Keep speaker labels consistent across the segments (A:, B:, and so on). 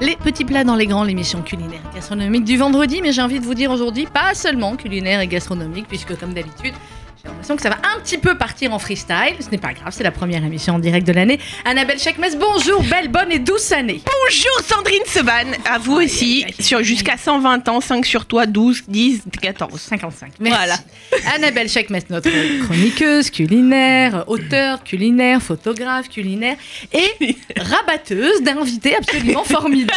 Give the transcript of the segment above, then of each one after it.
A: Les petits plats dans les grands, l'émission culinaire et gastronomique du vendredi, mais j'ai envie de vous dire aujourd'hui, pas seulement culinaire et gastronomique, puisque comme d'habitude, j'ai l'impression que ça va un petit peu partir en freestyle. Ce n'est pas grave, c'est la première émission en direct de l'année. Annabelle Chakmes, bonjour, belle, bonne et douce année.
B: Bonjour Sandrine Seban, à vous aussi,
A: aïe, aïe.
B: sur jusqu'à 120 ans, 5 sur toi, 12, 10, 14.
A: 55. Merci.
B: Voilà.
A: Annabelle Chakmes, notre chroniqueuse culinaire, auteur culinaire, photographe culinaire et rabatteuse d'invités absolument formidables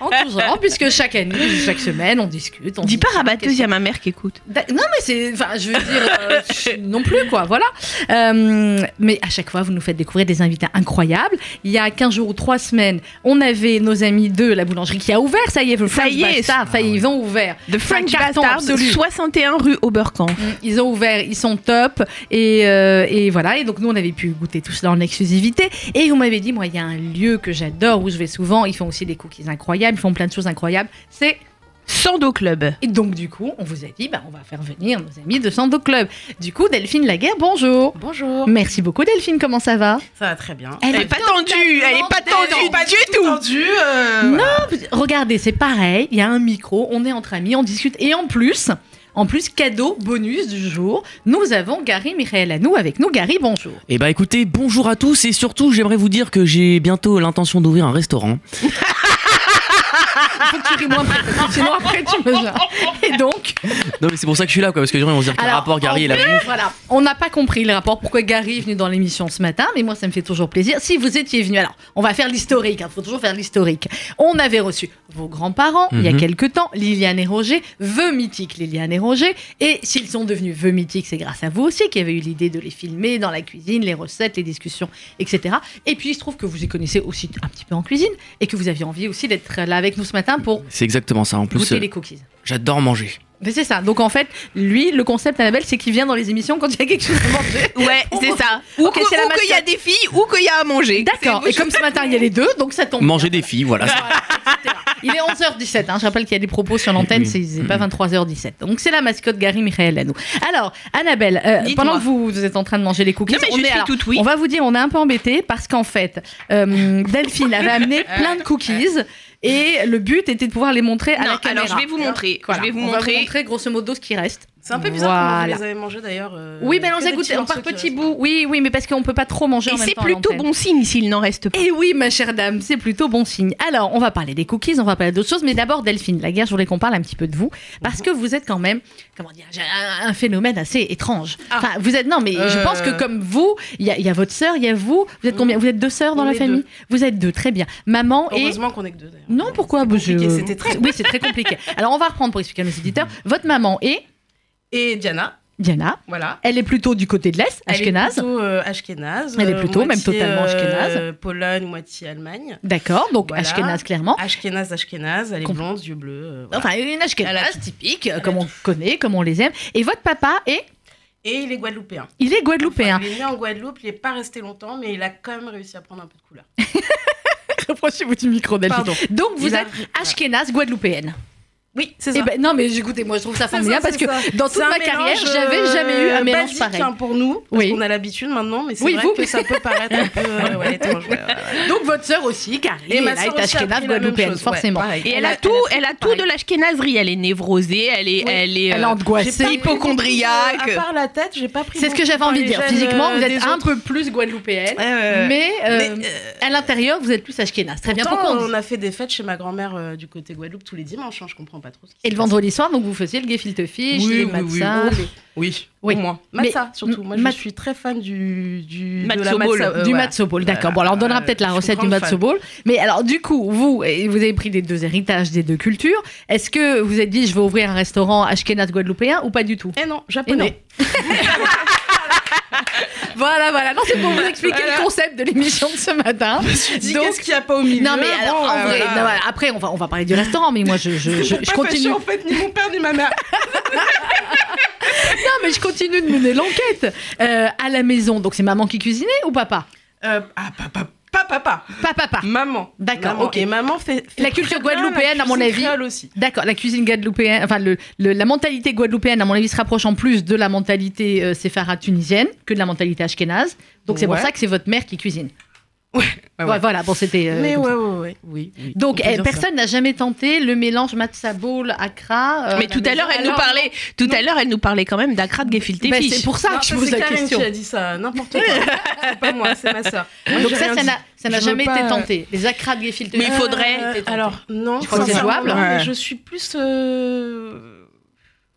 A: en tout genre, puisque chaque année, chaque semaine, on discute. On
B: Dis pas
A: discute,
B: rabatteuse, il y a ma mère qui écoute.
A: D'ac- Bah, Non, mais c'est. Enfin, je veux dire, euh, je- non plus, quoi, voilà. Euh, mais à chaque fois, vous nous faites découvrir des invités incroyables. Il y a 15 jours ou 3 semaines, on avait nos amis de la boulangerie qui a ouvert, ça y est, le
B: Ça
A: French
B: y est, Ah
A: Bastard, ça y est, ils ont ouvert.
B: The French
A: Un carton
B: Bastard,
A: absolu.
B: 61 rue Oberkampf.
A: Ils ont ouvert, ils sont top. Et, euh, et voilà. Et donc, nous, on avait pu goûter tout cela en exclusivité. Et vous m'avez dit, moi, il y a un lieu que j'adore où je vais souvent. Ils font aussi des cookies incroyables, ils font plein de choses incroyables. C'est
B: Sando Club.
A: et donc, du coup, on vous a dit, bah, on va faire venir nos amis de Sando Club. Du coup, Delphine Laguerre, bonjour.
C: Bonjour.
A: Merci beaucoup, Delphine. Comment ça va
C: Ça va très bien.
B: Mm. Elle est pas tendue, elle est pas tendue
C: pas
B: du tout.
C: Tendu. euh,
A: Non.
C: voilà.
A: Regardez, c'est pareil. Il y a un micro, on est entre amis, on discute. Et en plus, en plus, cadeau bonus du jour, nous avons Gary Michael à nous avec nous. Gary, bonjour.
D: Eh bah écoutez, bonjour à tous et surtout j'aimerais vous dire que j'ai bientôt l'intention d'ouvrir un restaurant.
A: Faut que tu ris moins, parce que sinon après tu me gères. Et donc,
D: Non mais c'est pour ça que je suis là quoi, parce que les gens ils vont se dire quel
A: Alors,
D: rapport Gary
A: en
D: et la
A: plus,
D: bouffe.
A: Voilà, on n'a pas compris le rapport, pourquoi Gary est venu dans l'émission ce matin, mais moi ça me fait toujours plaisir. Si vous étiez venu, alors on va faire l'historique, il faut toujours faire l'historique. On avait reçu vos grands-parents il y a
D: Mhm.
A: quelques temps, Liliane et Roger, vœux mythiques Liliane et Roger, et s'ils sont devenus vœux mythiques, c'est grâce à vous aussi qui avez eu l'idée de les filmer dans la cuisine, les recettes, les discussions, etc. Et puis il se trouve que vous les connaissez aussi un petit peu en cuisine et que vous aviez envie aussi d'être là avec nous ce matin pour
D: C'est exactement ça, en plus
A: goûter
D: euh,
A: les cookies.
D: j'adore manger.
A: Mais c'est ça. Donc en fait, lui, le concept Annabelle, c'est qu'il vient dans les émissions quand il y a quelque chose à manger.
B: Ouais, c'est ça. Ou
A: Ok,
B: que- ou
A: c'est la
B: qu'il y a
A: mascotte.
B: des filles, ou qu'il y a à manger.
A: D'accord. Et comme ce matin, il y a les deux, donc ça tombe.
D: Manger des filles, voilà.
A: Voilà, etc. Il est 11h17, hein. je rappelle qu'il y a des propos sur l'antenne,
D: Oui.
A: c'est c'est pas 23h17. Donc c'est la mascotte Gary Michael à nous. Alors, Annabelle, euh,
B: Dites-moi.
A: pendant que vous, vous êtes en train de manger les cookies,
B: Non, mais
A: on,
B: je
A: est,
B: suis
A: alors,
B: toute oui.
A: on va vous dire, on est un peu embêté parce qu'en fait, euh, Delphine avait amené plein de cookies et le but était de pouvoir les montrer à
B: Non,
A: la caméra.
B: alors je vais vous montrer.
A: Voilà.
B: Je vais vous
A: on va vous
B: montrer.
A: montrer grosso modo ce qui reste.
C: C'est un peu bizarre comment
A: Voilà.
C: vous les avez mangés d'ailleurs. euh,
A: Oui, mais on
C: que
A: les a
C: des
A: goûtés
C: petits
A: en par
C: morceaux qui
A: petits
C: restent.
A: bouts. Oui, oui, mais parce qu'on peut pas trop manger en
B: Et
A: même
B: c'est
A: temps à
B: plutôt
A: l'antenne.
B: bon signe s'il n'en reste pas.
A: Eh oui, ma chère dame, c'est plutôt bon signe. Alors, on va parler des cookies, on va parler d'autres choses, mais d'abord, Delphine, la guerre, je voulais qu'on parle un petit peu de vous,
C: Mhm.
A: parce que vous êtes quand même, comment dire, un, un phénomène assez étrange.
C: Ah.
A: Enfin, vous êtes, non, mais je
C: Euh.
A: pense que comme vous, il y, a- il y a votre sœur, il y a vous, vous êtes combien Vous êtes deux sœurs dans
C: On
A: la
C: est
A: famille
C: deux.
A: Vous êtes deux, très bien. Maman et...
C: Heureusement qu'on est que deux d'ailleurs.
A: Non, pourquoi Bah, je-
C: compliqué, c'était très-
A: Oui, c'est très compliqué. Alors, on va reprendre pour expliquer à nos éditeurs. Votre maman et
C: Et Diana,
A: Diana,
C: voilà.
A: elle est plutôt du côté de l'Est,
C: Elle est
A: Ashkenaz.
C: plutôt, euh, Ashkénaze,
A: Elle est
C: euh,
A: plutôt, même
C: moitié,
A: totalement ashkénaze.
C: euh, Pologne, moitié Allemagne.
A: D'accord, donc
C: Voilà.
A: Ashkenaz, clairement.
C: Ashkenaz, Ashkenaz, elle est
A: Com-
C: blonde, yeux bleus. euh, voilà.
A: Enfin, une
C: Elle
A: Ashkenaz
C: a-
A: typique, comme on connaît, comme on les aime. Et votre papa est
C: Et il est guadeloupéen.
A: Il est guadeloupéen.
C: Enfin, il est né en Guadeloupe, il n'est pas resté longtemps, mais il a quand même réussi à prendre un peu de couleur.
A: Rapprochez-vous du micro, Delphine.
C: Pardon.
A: Donc vous
C: Il a-
A: êtes Ashkenaz guadeloupéenne.
C: Oui, c'est ça.
A: Ah. Eh ben, non, mais écoutez, moi je trouve ça
C: C'est
A: formidable
C: ça,
A: parce
C: c'est
A: que
C: ça.
A: dans toute
C: C'est un
A: ma carrière,
C: mélange,
A: j'avais jamais eu un
C: euh,
A: mélange
C: basique,
A: pareil.
C: hein, pour nous, parce
A: Oui.
C: qu'on a l'habitude maintenant, mais c'est
A: Oui,
C: vrai
A: vous.
C: que ça peut paraître un peu euh, ouais, étrange. ouais, ouais, ouais.
A: Donc votre sœur aussi, car
C: Et
A: elle
C: ma
A: a
C: sœur
A: été
C: aussi a pris la
A: Ashkenaz
C: même
A: guadeloupéenne,
C: chose, ouais,
A: forcément.
C: pareil.
B: Et elle,
C: Elle
B: a,
C: a-
B: tout,
C: elle
B: elle a tout de l'ashkénazerie. Elle est névrosée, elle est,
C: Oui.
B: elle est,
A: Elle
B: euh,
A: a angoissé.
B: pas- hypochondriaque.
C: À part la tête, j'ai pas pris.
A: C'est ce que
C: beaucoup
A: j'avais
C: dans
A: envie de
C: les
A: dire.
C: gènes,
A: Physiquement,
C: euh,
A: vous
C: des
A: êtes un
C: autres.
A: peu plus guadeloupéenne,
C: Euh,
A: mais, euh,
C: mais,
A: à l'intérieur, vous êtes plus Ashkenaz. Très bien.
C: pourtant,
A: Pourquoi on
C: on
A: dit-
C: a fait des fêtes chez ma grand-mère euh, du côté Guadeloupe tous les dimanches. hein, je comprends pas trop. Ce qui
A: Et le
C: se
A: vendredi soir, donc vous faisiez le gefilte fish,
C: Oui,
A: les
C: oui,
A: matzahs,
C: oui.
A: les-
C: passe. Oui.
A: Oui.
C: Au moins.
A: Mais-
C: Matza, surtout. Moi,
A: mat-
C: je suis très fan du du
B: Matzo
C: de la
B: ball.
C: matza, euh,
A: du
C: voilà.
A: matzo ball, d'accord.
C: Voilà,
A: bon, alors on donnera
C: euh,
A: peut-être la
C: je suis
A: recette du
C: grande
A: matzo
C: fan.
A: ball. Mais alors, du coup, vous, eh, vous avez pris les deux héritages des deux cultures. Est-ce que vous vous êtes dit, je vais ouvrir un restaurant ashkénaze guadeloupéen ou pas du tout
C: Eh non,
A: Et non.
C: japonais.
A: Voilà, voilà. Non, c'est pour vous expliquer le concept de l'émission de ce matin.
C: Tu dis
A: Donc-
C: qu'est-ce qu'il y a pas au milieu
A: Non, mais alors,
C: Bon,
A: en
C: euh,
A: vrai,
C: voilà.
A: non, voilà. après, on va, on va parler du restaurant, mais moi, je, je, je- je
C: Pour pas fâcher,
A: continue.
C: en fait ni mon père ni ma mère.
A: Non, mais je continue de mener l'enquête. Euh, à la maison, donc c'est maman qui cuisinait ou papa
C: Euh, ah, papa, pas papa,
A: Pas papa.
C: maman.
A: Ah. D'accord,
C: Maman.
A: ok.
C: Et maman fait, fait
A: La culture
C: très bien
A: guadeloupéenne,
C: la
A: à mon
C: cuisine
A: avis.
C: créole aussi.
A: D'accord, la cuisine guadeloupéenne, enfin le, le- la mentalité guadeloupéenne, à mon avis, se rapproche en plus de la mentalité euh, séfarade tunisienne que de la mentalité ashkénaze. Donc c'est pour
C: Ouais.
A: ça que c'est votre mère qui cuisine.
B: Ouais,
A: Ouais,
B: ouais.
A: voilà, bon, c'était. euh,
C: Mais
A: comme ça.
C: ouais, ouais, ouais.
B: Oui. oui,
A: Donc,
B: on peut
A: eh,
B: dire ça.
A: personne n'a jamais tenté le mélange matcha ball accra. euh,
B: Mais
A: la
B: tout à
A: maison.
B: l'heure, elle nous
A: Alors,
B: parlait. Tout à l'heure, elle nous parlait quand même d'Akra de Gefilte
A: bah,
B: Fish.
A: c'est pour ça
C: Non,
A: que je
C: ça,
A: pose
C: c'est
A: la
C: Karine
A: question.
C: qui a dit ça, n'importe quoi. c'est pas moi, c'est ma sœur. Moi,
A: Donc
C: j'ai
A: ça,
C: rien
A: ça
C: dit.
A: n'a- ça n'a
C: Je veux
A: jamais
C: pas-
A: été tenté. Les acras de Gefilte
B: Mais il
A: Fish,
B: faudrait,
A: ça a été tenté.
C: alors non,
A: Tu crois que c'est
C: sincèrement,
A: jouable
C: non, mais
B: Ouais.
C: Je suis plus. euh,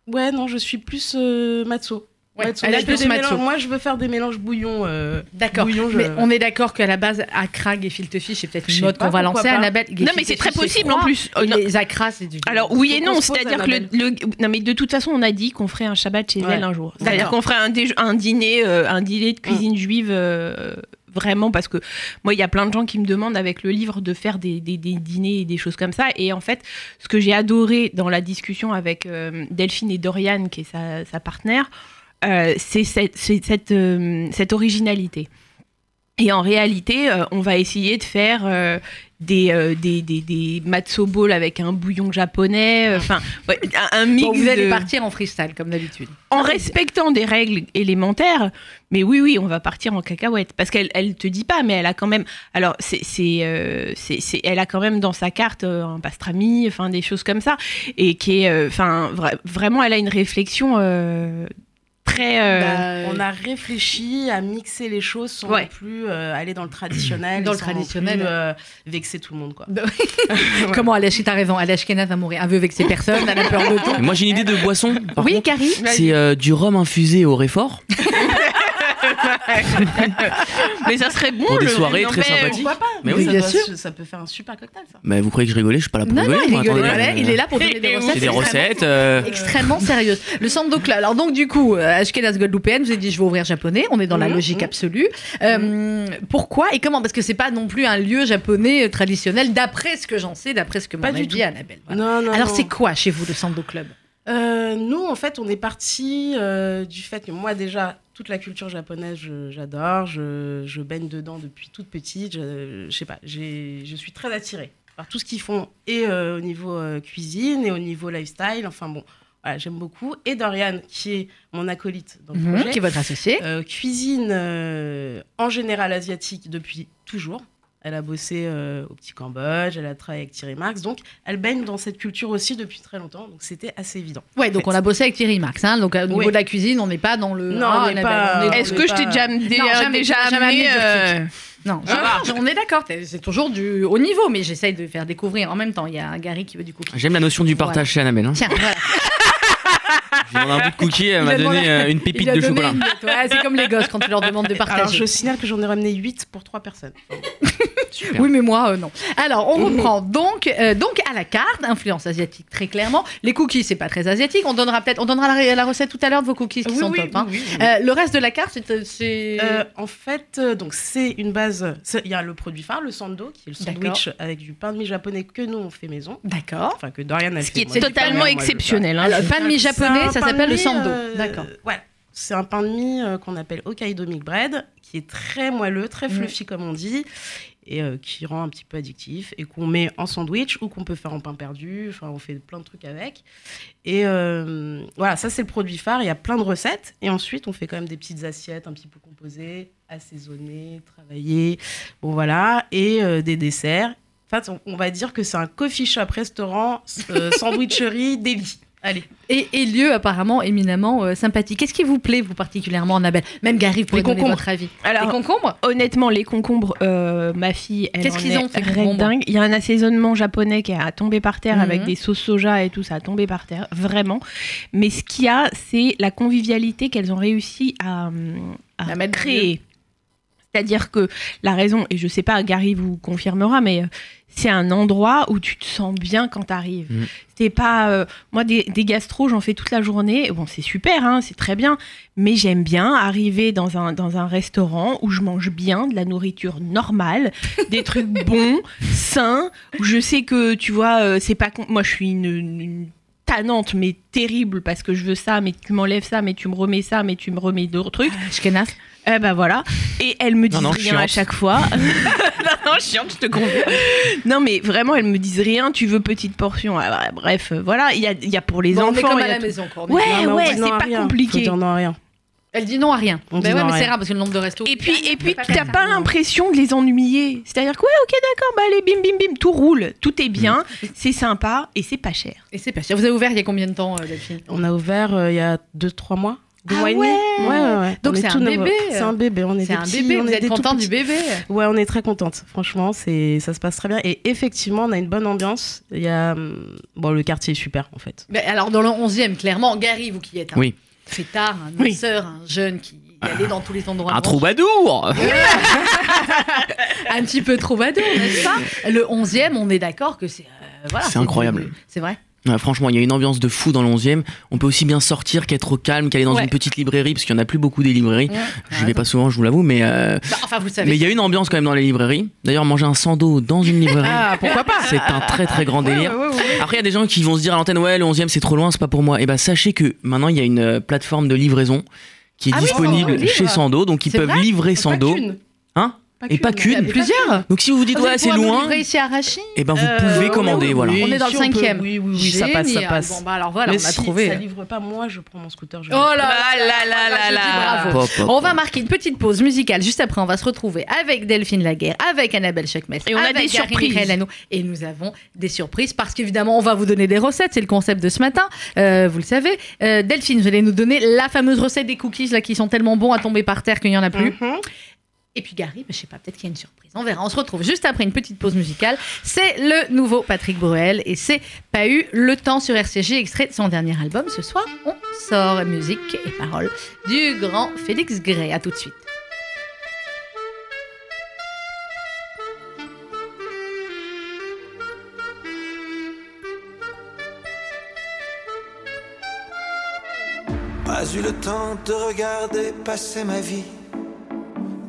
C: Ouais, non, je suis plus euh, matzo.
A: Ouais,
C: Matzo.
A: elle
C: Moi,
A: a
C: je fais
A: plus
C: des
A: matzo.
C: mélanges- Moi, je veux faire des mélanges bouillons. euh,
A: D'accord.
C: bouillons, je-
A: Mais on est d'accord qu'à la base, acra Gefilte Fish, c'est peut-être
B: Je
A: une
B: sais
A: mode
C: pas,
A: qu'on va
C: pourquoi
A: lancer.
C: pas.
A: Annabelle,
B: Non,
A: Gefilte
B: mais c'est
A: Fish,
B: très possible en
A: froid,
B: plus. Euh,
A: et
B: non.
A: les acras, c'est du.
B: Alors oui et
C: Faut
B: non,
C: qu'on se pose,
B: c'est-à-dire que le, le- non mais de toute façon on a dit qu'on ferait un Shabbat chez
C: Ouais.
B: elle un jour. C'est-à-dire
A: D'accord.
B: qu'on ferait un, déje- un dîner, euh, un dîner de cuisine
C: Mm.
B: juive euh, vraiment parce que moi il y a plein de gens qui me demandent avec le livre de faire des, des- des dîners et des choses comme ça et en fait ce que j'ai adoré dans la discussion avec euh, Delphine et Dorian qui est sa, sa partenaire euh, c'est cette c'est cette, euh, cette originalité. Et en réalité, euh, on va essayer de faire euh, des, euh, des, des, des matzo balls avec un bouillon japonais, euh, enfin, ouais, un, un mix
A: Bon, vous allez
B: de-
A: partir en freestyle, comme d'habitude.
B: en respectant des règles élémentaires. Mais oui, oui, on va partir en cacahuète. Parce qu'elle elle te dit pas, mais elle a quand même. Alors, c'est, c'est, euh, c'est- c'est- elle a quand même dans sa carte euh, un pastrami, enfin, des choses comme ça. Et qui est. euh, Enfin, vra- vraiment, elle a une réflexion euh, très. euh,
A: Bah,
C: On a réfléchi à mixer les choses sans
B: Ouais.
C: non plus euh, aller dans le traditionnel,
A: Dans
C: et
A: le
C: sans non
A: traditionnel.
C: plus, euh, vexer tout le monde quoi.
A: Comment aller chez Tarévan Elle Ashkenaz va mourir. Elle veut vexer personne, elle a peur de tout.
D: Moi j'ai une idée de boisson. par
A: Oui,
D: contre.
A: Carrie
D: c'est euh, du rhum infusé au réfort.
B: mais ça serait bon
D: Pour des
B: le-
D: soirées
B: le
D: très
B: Nobel.
D: sympathiques.
C: Pourquoi pas
D: Mais
A: Bah, oui,
C: ça
A: bien
C: doit-
A: sûr.
C: Ça peut faire un super cocktail ça.
D: Mais vous croyez que je rigolais Je suis pas là pour
A: Non, non,
D: rigoler.
A: il
D: moi,
A: rigole.
D: attendez,
A: ouais,
D: euh,
A: Il est là pour donner des
B: C'est
A: recettes.
D: C'est des
A: extrêmement-
D: recettes. euh,
A: Extrêmement sérieuses. Le centre d'eau club. Alors donc du coup, euh, Ashkenaz Guadeloupéenne, vous avez dit je vais ouvrir japonais. On est dans la
C: Mhm,
A: logique
C: mhm.
A: absolue. Euh, pourquoi et comment Parce que c'est pas non plus un lieu japonais euh, traditionnel, d'après ce que j'en sais, d'après ce que
C: Pas
A: m'en a
C: du
A: dit
C: tout.
A: Annabelle. Voilà.
C: Non, non,
A: Alors
C: non.
A: c'est quoi chez vous le centre d'eau club
C: Euh, nous, en fait, on est parti euh, du fait que moi, déjà, toute la culture japonaise, je- j'adore, je, je baigne dedans depuis toute petite. Je, je sais pas, j'ai- je suis très attirée par tout ce qu'ils font, et euh, au niveau euh, cuisine, et au niveau lifestyle. Enfin bon, voilà, j'aime beaucoup. Et Dorian, qui est mon acolyte dans le
A: Mhm,
C: projet,
A: Qui est votre associé
C: euh, cuisine euh, en général asiatique depuis toujours. Elle a bossé euh, au Petit Cambodge, elle a travaillé avec Thierry Marx, donc elle baigne dans cette culture aussi depuis très longtemps, donc c'était assez évident.
A: Ouais, donc on a bossé avec Thierry Max. Hein, donc euh, au niveau
C: Oui.
A: de la cuisine, on n'est pas dans le.
C: Non,
A: Ah,
C: on n'est
A: Annabelle,
C: pas-
A: on est dans
B: Est-ce
A: le-
B: que je t'ai
C: pas-
B: déjà, déjà,
A: Non, jamais,
B: déjà
A: jamais
B: amené
A: amené de
B: euh,
A: Non, ça va, on est d'accord. t'es- C'est toujours du haut niveau, mais j'essaye de faire découvrir. En même temps, il y a un Gary qui veut du cookie.
D: J'aime la notion du partage
A: Voilà.
D: chez Annabelle. Hein.
A: Tiens, voilà.
D: J'ai demandé un bout de cookie, elle
A: Il a
D: m'a
A: demandé-
D: donné euh, une
A: Il
D: pépite
A: a
D: de
A: donné
D: chocolat.
A: une lettre. Ouais, c'est comme les gosses quand tu leur demandes de
C: Alors,
A: partager.
C: je signale que j'en ai ramené 8 pour 3 personnes.
D: Super.
A: Oui, mais moi, euh, non. Alors, on reprend. Donc, euh, donc, à la carte, influence asiatique, très clairement. Les cookies, c'est pas très asiatique. On donnera peut-être, on donnera la, la recette tout à l'heure de vos cookies qui sont top. hein. Euh, le reste de la carte, c'est. euh, c'est-
C: Euh, en fait, euh, donc c'est une base. c'est- Il y a le produit phare, le sando, qui est le
A: D'accord.
C: sandwich avec du pain de mie japonais que nous on fait maison.
A: D'accord.
C: Enfin, que Dorian a
B: Ce qui
C: fait,
B: est
C: moi, j'ai pas
B: totalement
C: fait, moi, je-
B: exceptionnel. hein.
A: Alors, pain de mie
C: C'est un
A: japonais, ça
C: pain de
A: s'appelle le
C: mie,
A: sando.
C: euh,
A: D'accord.
C: Voilà. C'est un pain de mie euh, qu'on appelle Hokkaido Milk Bread, qui est très moelleux, très
A: Mm.
C: fluffy comme on dit, et euh, qui rend un petit peu addictif, et qu'on met en sandwich ou qu'on peut faire en pain perdu. Enfin, on fait plein de trucs avec. Et euh, voilà, ça c'est le produit phare. Il y a plein de recettes. Et ensuite, on fait quand même des petites assiettes un petit peu composées, assaisonnées, travaillées. Bon voilà, et euh, des desserts. Enfin, on, on va dire que c'est un coffee shop, restaurant, euh, sandwicherie, délit. Allez.
A: Et, et lieu apparemment éminemment euh, sympathique. Qu'est-ce qui vous plaît, vous, particulièrement, Annabelle Même Gary, pour
B: Les
A: donner
B: concombres. Ah.
A: votre avis.
B: Alors,
A: les concombres
B: Honnêtement, les concombres, euh, ma fille, elle
A: Qu'est-ce
B: en
A: qu'ils
B: est
A: ont, ces
B: raide
A: concombres
B: dingue. Il y a un assaisonnement japonais qui a tombé par terre
A: Mhm.
B: avec des sauces soja et tout, ça a tombé par terre, vraiment. Mais ce qu'il y a, c'est la convivialité qu'elles ont réussi à, hum, à
A: À mettre dans le
B: créer. C'est-à-dire que la raison, et je sais pas, Gary vous confirmera, mais euh, c'est un endroit où tu te sens bien quand t'arrives.
D: Mhm.
B: C'est pas, euh, moi, des, des gastro, j'en fais toute la journée. Bon, c'est super, hein, c'est très bien. Mais j'aime bien arriver dans un, dans un restaurant où je mange bien, de la nourriture normale, des trucs bons, sains, où je sais que, tu vois, euh, c'est pas... con- Moi, je suis une, une tannante, mais terrible, parce que je veux ça, mais tu m'enlèves ça, mais tu me remets ça, mais tu me remets d'autres trucs.
A: Ashkenaz
B: Eh ben voilà. Et elles me disent
D: non,
B: rien
D: chiante.
B: à chaque fois. non, non, chiante, je te confirme. Non, mais vraiment, elles me disent rien, tu veux petite portion. Ah, bah, Bref, euh, voilà, il y a, il y a pour les
A: Bon,
B: enfants...
A: On est comme
B: il
A: à
B: y a
A: la
B: tout.
A: maison, quoi. On est
B: Ouais,
A: bien.
C: Non, mais on
B: ouais,
C: dit non
B: c'est
C: à
B: pas
C: rien.
B: compliqué.
C: Faut dire non à rien.
A: Elle dit non à rien.
C: On dit
A: Ben ouais,
C: non
A: mais
C: à
A: c'est
C: rien.
A: rare parce que le nombre de restos.
B: Et puis, et puis
A: pas
B: t'as
A: faire
B: pas l'impression de les ennuyer. C'est-à-dire que, ouais, ok, d'accord, bah allez, bim, bim, bim, tout roule, tout est bien,
D: Mm.
B: c'est sympa et c'est pas cher.
A: Et c'est pas cher. Vous avez ouvert il y a combien de temps, euh, Delphine
C: On a ouvert euh, il y a 2-3 mois. Deux
A: Ah
C: mois et demi.
A: ouais
C: ouais, ouais.
A: Donc
C: On est
A: c'est
C: tout
A: un
C: nouveau.
A: bébé. euh.
C: C'est un bébé. On est,
A: C'est
C: des
A: un
C: petits,
A: bébé,
C: on
A: vous
C: est des
A: êtes
C: tout
A: content
C: petits.
A: du bébé
C: Ouais, on est très contente. Franchement, c'est ça se passe très bien. Et effectivement, on a une bonne ambiance. Il y a hum, bon, le quartier est super en fait.
A: Ben, Alors, dans le 11e, clairement, Gary, vous qui êtes un
D: Oui.
A: fêtard, un
C: Oui.
A: danseur, un jeune qui allait dans tous les endroits.
D: Un
A: de Rouen.
D: troubadour
A: un petit peu troubadour, n'est-ce pas Le 11e, on est d'accord que c'est. euh, voilà,
D: C'est incroyable.
A: C'est vrai.
D: Ouais, Franchement, il y a une ambiance de fou dans le 11e. On peut aussi bien sortir qu'être au calme, qu'aller dans
B: Ouais.
D: une petite librairie, parce qu'il n'y en a plus beaucoup des librairies.
A: Ouais.
D: J'y vais pas souvent, je vous l'avoue, mais euh,
A: Bah, enfin, vous le savez.
D: mais il y a une ambiance quand même dans les librairies. D'ailleurs, manger un sando dans une librairie,
C: Ah, pourquoi pas
D: c'est un très très grand délire.
B: Ouais, ouais, ouais.
D: Après, il y a des gens qui vont se dire à l'antenne, ouais, le 11e c'est trop loin, c'est pas pour moi. Et bah, sachez que maintenant il y a une euh, plateforme de livraison qui est
A: Ah oui,
D: disponible
A: Sando livre.
D: chez Sando, donc ils
A: C'est
D: peuvent
A: vrai
D: livrer Sando. Hein Et pas
A: Il y a Ah,
D: qu'une.
A: plusieurs.
D: Donc si vous vous dites,
A: Vous allez
D: ouais, c'est
A: pouvoir nous
D: loin,
A: livrer ici à Rachi
D: et ben vous
C: Euh,
D: pouvez
C: oui,
D: commander,
C: oui,
D: voilà.
C: oui.
A: On est dans
C: si
A: le
C: on peut.
A: cinquième.
C: Oui, oui, oui, ça passe, ça
A: Génial.
C: passe.
A: Bon, bah alors voilà,
C: Mais
A: on a
C: si
A: trouvé.
C: ça Ah livre pas, moi je prends mon scooter. Je
A: Oh là là
B: là là là
A: je dis
B: là.
A: bravo.
D: Pop, pop,
A: On
D: pop.
A: va marquer une petite pause musicale. Juste après, on va se retrouver avec Delphine Laguerre, avec Annabelle Chakmes,
B: Et on a
A: avec
B: des
A: Karine
B: surprises.
A: Michaelano. Et nous avons des surprises parce qu'évidemment, on va vous donner des recettes. C'est le concept de ce matin. Euh, vous le savez. Euh, Delphine, vous allez nous donner la fameuse recette des cookies là, qui sont tellement bons à tomber par terre qu'il n'y en a plus. Et puis Gary, bah, je sais pas, peut-être qu'il y a une surprise. On verra. On se retrouve juste après une petite pause musicale. C'est le nouveau Patrick Bruel et c'est pas eu le temps sur RCG, extrait de son dernier album. Ce soir, on sort musique et paroles du grand Félix Gray. À tout de suite.
E: Pas eu le temps de regarder passer ma vie,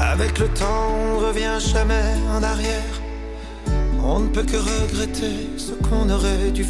E: Avec le temps, on ne revient jamais en arrière. On ne peut que regretter ce qu'on aurait dû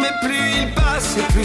E: Mais plus il passe et plus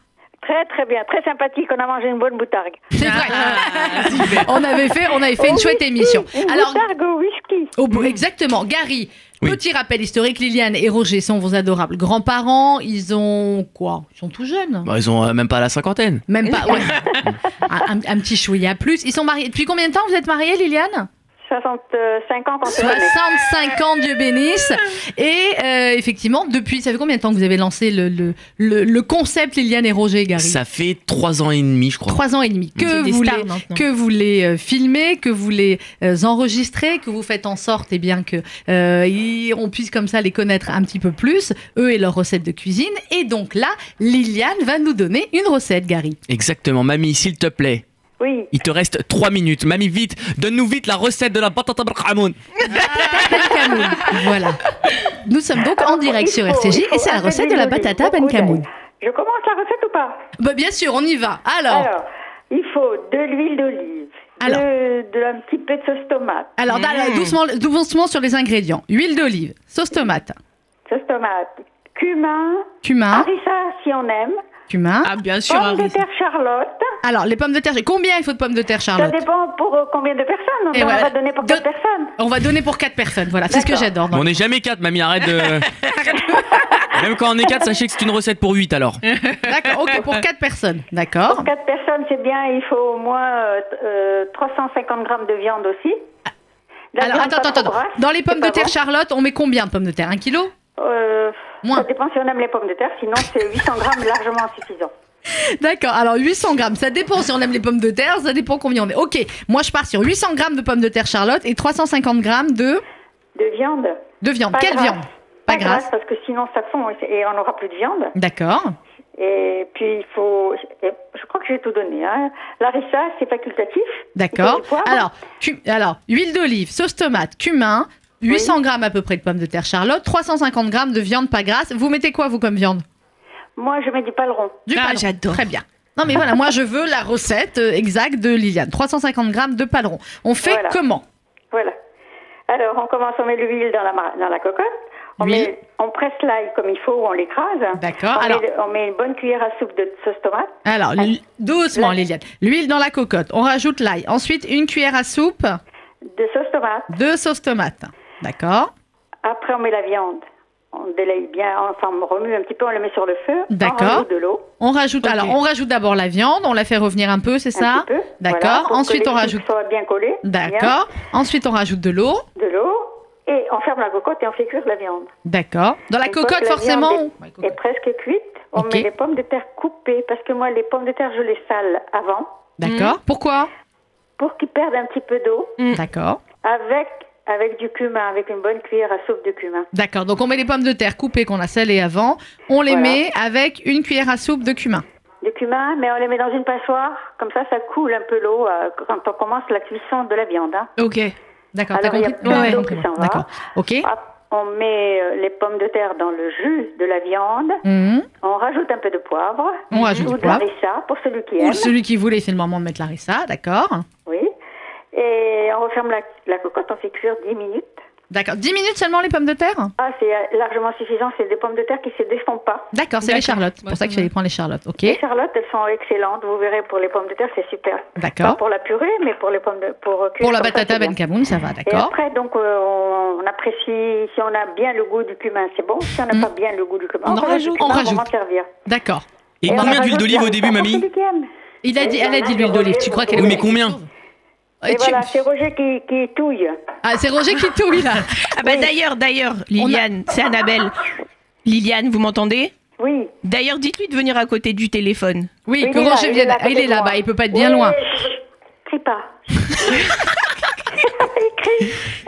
F: très très bien, très sympathique, on a mangé une bonne boutargue.
A: C'est vrai.
D: Ah,
A: on avait fait, on avait fait une
F: Au
A: chouette
F: whisky,
A: émission.
F: Une
A: Alors,
F: boutargue au whisky.
A: au bout- exactement, Gary.
D: Oui.
A: Petit rappel historique, Liliane et Roger sont vos adorables grands-parents. Ils ont quoi Ils sont tout jeunes.
D: Bah, ils ont euh, même pas la cinquantaine.
A: Même pas, ouais. un, un- un petit chouïa plus. Ils sont mariés. Depuis combien de temps vous êtes mariés, Liliane
F: 65 ans quand on est
A: 65 ans, Dieu bénisse. Et euh, effectivement, depuis, ça fait combien de temps que vous avez lancé le, le, le, le concept Liliane et Roger, Gary
D: Ça fait trois ans et demi, je crois.
A: Trois ans et demi. Que
B: C'est des
A: vous
B: stars
A: les,
B: maintenant.
A: que vous les euh, filmez, que vous les euh, enregistrez, que vous faites en sorte eh bien que euh, y- on puisse comme ça les connaître un petit peu plus, eux et leurs recettes de cuisine. Et donc là, Liliane va nous donner une recette, Gary.
D: Exactement, mamie, s'il te plaît.
F: Oui,
D: Il te reste 3 minutes. Mamie, vite, donne-nous vite la recette de la patata brahamoun.
A: Camoun. voilà. Nous sommes donc en direct
F: Il
A: sur
F: faut-
A: RCJ
F: il faut
A: et c'est la
F: appeler
A: recette de la
F: Lionel,
A: patata
F: beaucoup
A: Ben Kamoun.
F: d'ail. Je commence la recette ou pas
A: Bah bien sûr, on y va. Alors,
F: Alors, il faut de l'huile d'olive,
A: Oh. Alors.
F: de, de- un petit peu de sauce tomate,
A: alors dale, doucement, doucement sur les ingrédients. Huile d'olive, sauce tomate,
F: sauce tomate, cumin, Ah,
A: cumin,
F: harissa si on aime,
A: cumin.
B: Ah, bien sûr,
F: pommes de
B: Harissa.
F: terre charlotte.
A: Alors les pommes de terre. Combien il faut de pommes de terre,
F: Ça
A: Charlotte
F: dépend pour euh, combien de personnes.
A: Et
F: on
A: voilà.
F: va donner pour
A: Deux-
F: quatre personnes.
A: On va donner pour quatre personnes. Voilà, c'est ce que
F: D'accord.
A: j'adore.
D: on n'est jamais 4, mamie, arrête de. même quand on est 4, sachez que c'est une recette pour 8 alors.
A: Hein D'accord. Ok, pour quatre personnes. D'accord.
F: Pour quatre personnes, c'est bien. Il faut au moins euh, t- euh, 350 grammes de viande aussi. De la
A: Alors
F: viande
A: attends,
F: pas
A: attends,
F: trop
A: attends.
F: grasse,
A: Dans les pommes
F: c'est
A: de
F: pas
A: terre,
F: bon.
A: Charlotte, on met combien de pommes de terre Un kilo
F: Euh,
A: Moins.
F: Ça dépend si on aime les pommes de terre. Sinon, c'est 800 grammes largement suffisant.
A: D'accord, alors 800 grammes, ça dépend si on aime les pommes de terre, ça dépend combien on est. Ok, moi je pars sur 800 grammes de pommes de terre Charlotte et 350 grammes de,
F: De viande.
A: de viande.
F: Pas
A: Quelle
F: grasse.
A: viande Pas grasse.
F: parce que sinon ça fond et c'est- et on n'aura plus de viande.
A: D'accord.
F: Et puis il faut. et je crois que j'ai tout donné. Hein. Larissa, c'est facultatif.
A: D'accord.
F: Il faut du poivre.
A: Alors, cu- alors, huile d'olive, sauce tomate, cumin, 800 grammes à peu près de pommes de terre Charlotte, 350 grammes de viande pas grasse. Vous mettez quoi vous comme viande
F: Moi, je mets du paleron.
A: Du
B: Ah,
A: paleron.
B: j'adore.
A: Très bien. Non mais voilà, moi je veux la recette euh, exacte de Liliane. 350 grammes de paleron. On fait
F: Voilà.
A: comment
F: Voilà. Alors, on commence, on met l'huile dans la, ma- dans la cocotte. On,
A: Huile.
F: met, on presse l'ail comme il faut ou on l'écrase.
A: D'accord,
F: On,
A: alors-
F: met, on met une bonne cuillère à soupe de sauce tomate.
A: Alors, l- doucement,
F: l'ail.
A: Liliane. L'huile dans la cocotte. On rajoute l'ail. Ensuite, une cuillère à soupe
F: De sauce tomate.
A: de sauce tomate. D'accord
F: Après, on met la viande. On délaye bien, on s'en remue un petit peu, on le met sur le feu.
A: D'accord.
F: On rajoute de l'eau.
A: On rajoute.
B: Ok.
A: Alors, on rajoute d'abord la viande. On la fait revenir un peu, c'est
F: un
A: ça
F: petit peu. Voilà,
A: D'accord.
F: pour que
A: Ensuite,
F: les
A: on
F: fibres
A: rajoute.
F: soient bien collées. bien,
A: D'accord. Ensuite, on rajoute de l'eau.
F: De l'eau. Et on ferme la cocotte et on fait cuire la viande.
A: D'accord. Dans la
F: Une fois que
A: cocotte,
F: la
A: forcément.
F: viande
A: on- Ouais,
F: est
A: cocotte.
F: presque cuite, on
A: Ok.
F: met les pommes de terre coupées. Parce que moi, les pommes de terre, je les sale avant
A: D'accord. Pourquoi
F: pour qu'ils perdent un petit peu d'eau.
A: Mm. D'accord.
F: Avec, avec du cumin, avec une bonne cuillère à soupe de cumin.
A: D'accord. Donc, on met les pommes de terre coupées qu'on a salées avant. On les
F: Voilà.
A: met avec une cuillère à soupe de cumin.
F: Du cumin, mais on les met dans une passoire, comme ça, ça coule un peu l'eau euh, quand on commence la cuisson de la viande. hein.
B: Ok.
A: D'accord. T'as
F: Alors, il y a
A: compris
F: plein
A: Ouais,
F: d'eau
A: ouais.
F: qui s'en va.
A: D'accord. Ok.
F: Hop, on met euh, les pommes de terre dans le jus de la viande,
A: Mhm.
F: on rajoute un peu de poivre,
A: On rajoute du
F: ou de
A: poivre.
F: harissa pour celui qui
A: Ou
F: aime,
A: celui qui voulait, c'est le moment de mettre Larissa, d'accord
F: oui. Et on referme la, la cocotte, on fait cuire 10 minutes.
A: D'accord. 10 minutes seulement les pommes de terre
F: Ah, c'est euh, largement suffisant, c'est des pommes de terre qui se défont pas.
A: D'accord, c'est les
B: D'accord.
A: charlottes. C'est
B: Bah,
A: pour ça
B: ça
A: que je
B: va.
A: les prendre les charlottes, ok
F: Les charlottes, elles sont excellentes, vous verrez pour les pommes de terre, c'est super. Pas
A: D'accord.
F: pour la purée, mais pour les pommes de pour euh,
A: Oh.
F: cuire
A: Pour la
F: comme ça,
A: patata
F: c'est bien.
A: Ben Kamoun, ça va,
F: Et
A: d'accord
F: après, donc, euh, on, on apprécie, si on a bien le goût du cumin, c'est bon. Si on n'a
A: Mm.
F: pas bien le goût du cumin,
A: On en
F: rajoute
A: rajoute,
F: du cumin
A: on
F: pour
A: rajoute.
F: m'en servir.
A: D'accord.
D: Et,
F: on
D: combien d'huile
F: rajoute
D: d'olive
F: bien
D: au
F: le
D: début,
F: cumin pour
D: mamie
F: celui qui aime.
A: Il a dit, elle a dit l'huile d'olive, tu crois qu'elle
D: Oui, mais combien
A: Ah, Et
F: Et
A: tu-
F: voilà, c'est Roger qui, qui touille.
A: Ah, c'est Roger qui touille là.
B: Ah bah d'ailleurs, d'ailleurs, Liliane, c'est Annabelle. Liliane, vous m'entendez
F: Oui.
B: D'ailleurs, dites-lui de venir à côté du téléphone.
A: Oui,
F: Il
A: que
F: est là,
A: Roger
F: il est
A: vienne.
F: là,
A: Ah, Il est
F: côté de
A: là-bas,
F: moi.
A: il peut pas être bien
F: Oui,
A: loin.
F: chut, Crie pas.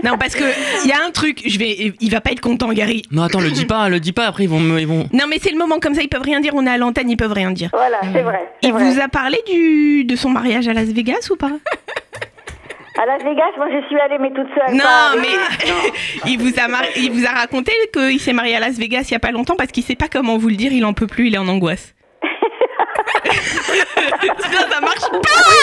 B: Non, parce que il y a un truc, je vais, il va pas être content, Gary.
D: Non, attends, le dis pas, le dis pas, après ils vont me. Ils vont...
B: Non, mais c'est le moment comme ça, ils peuvent rien dire. On est à l'antenne, ils peuvent rien dire.
A: Ah
F: Voilà, c'est vrai. c'est
B: Il
F: vrai.
B: vous a parlé du de son mariage à Las Vegas ou pas
F: À Las Vegas, moi je suis allée, mais toute seule. pas
B: Non,
F: avec-
B: mais il vous a mar- il vous a raconté qu'il s'est marié à Las Vegas il y a pas longtemps parce qu'il sait pas comment vous le dire. Il en peut plus, il est en angoisse. ça, ça marche pas.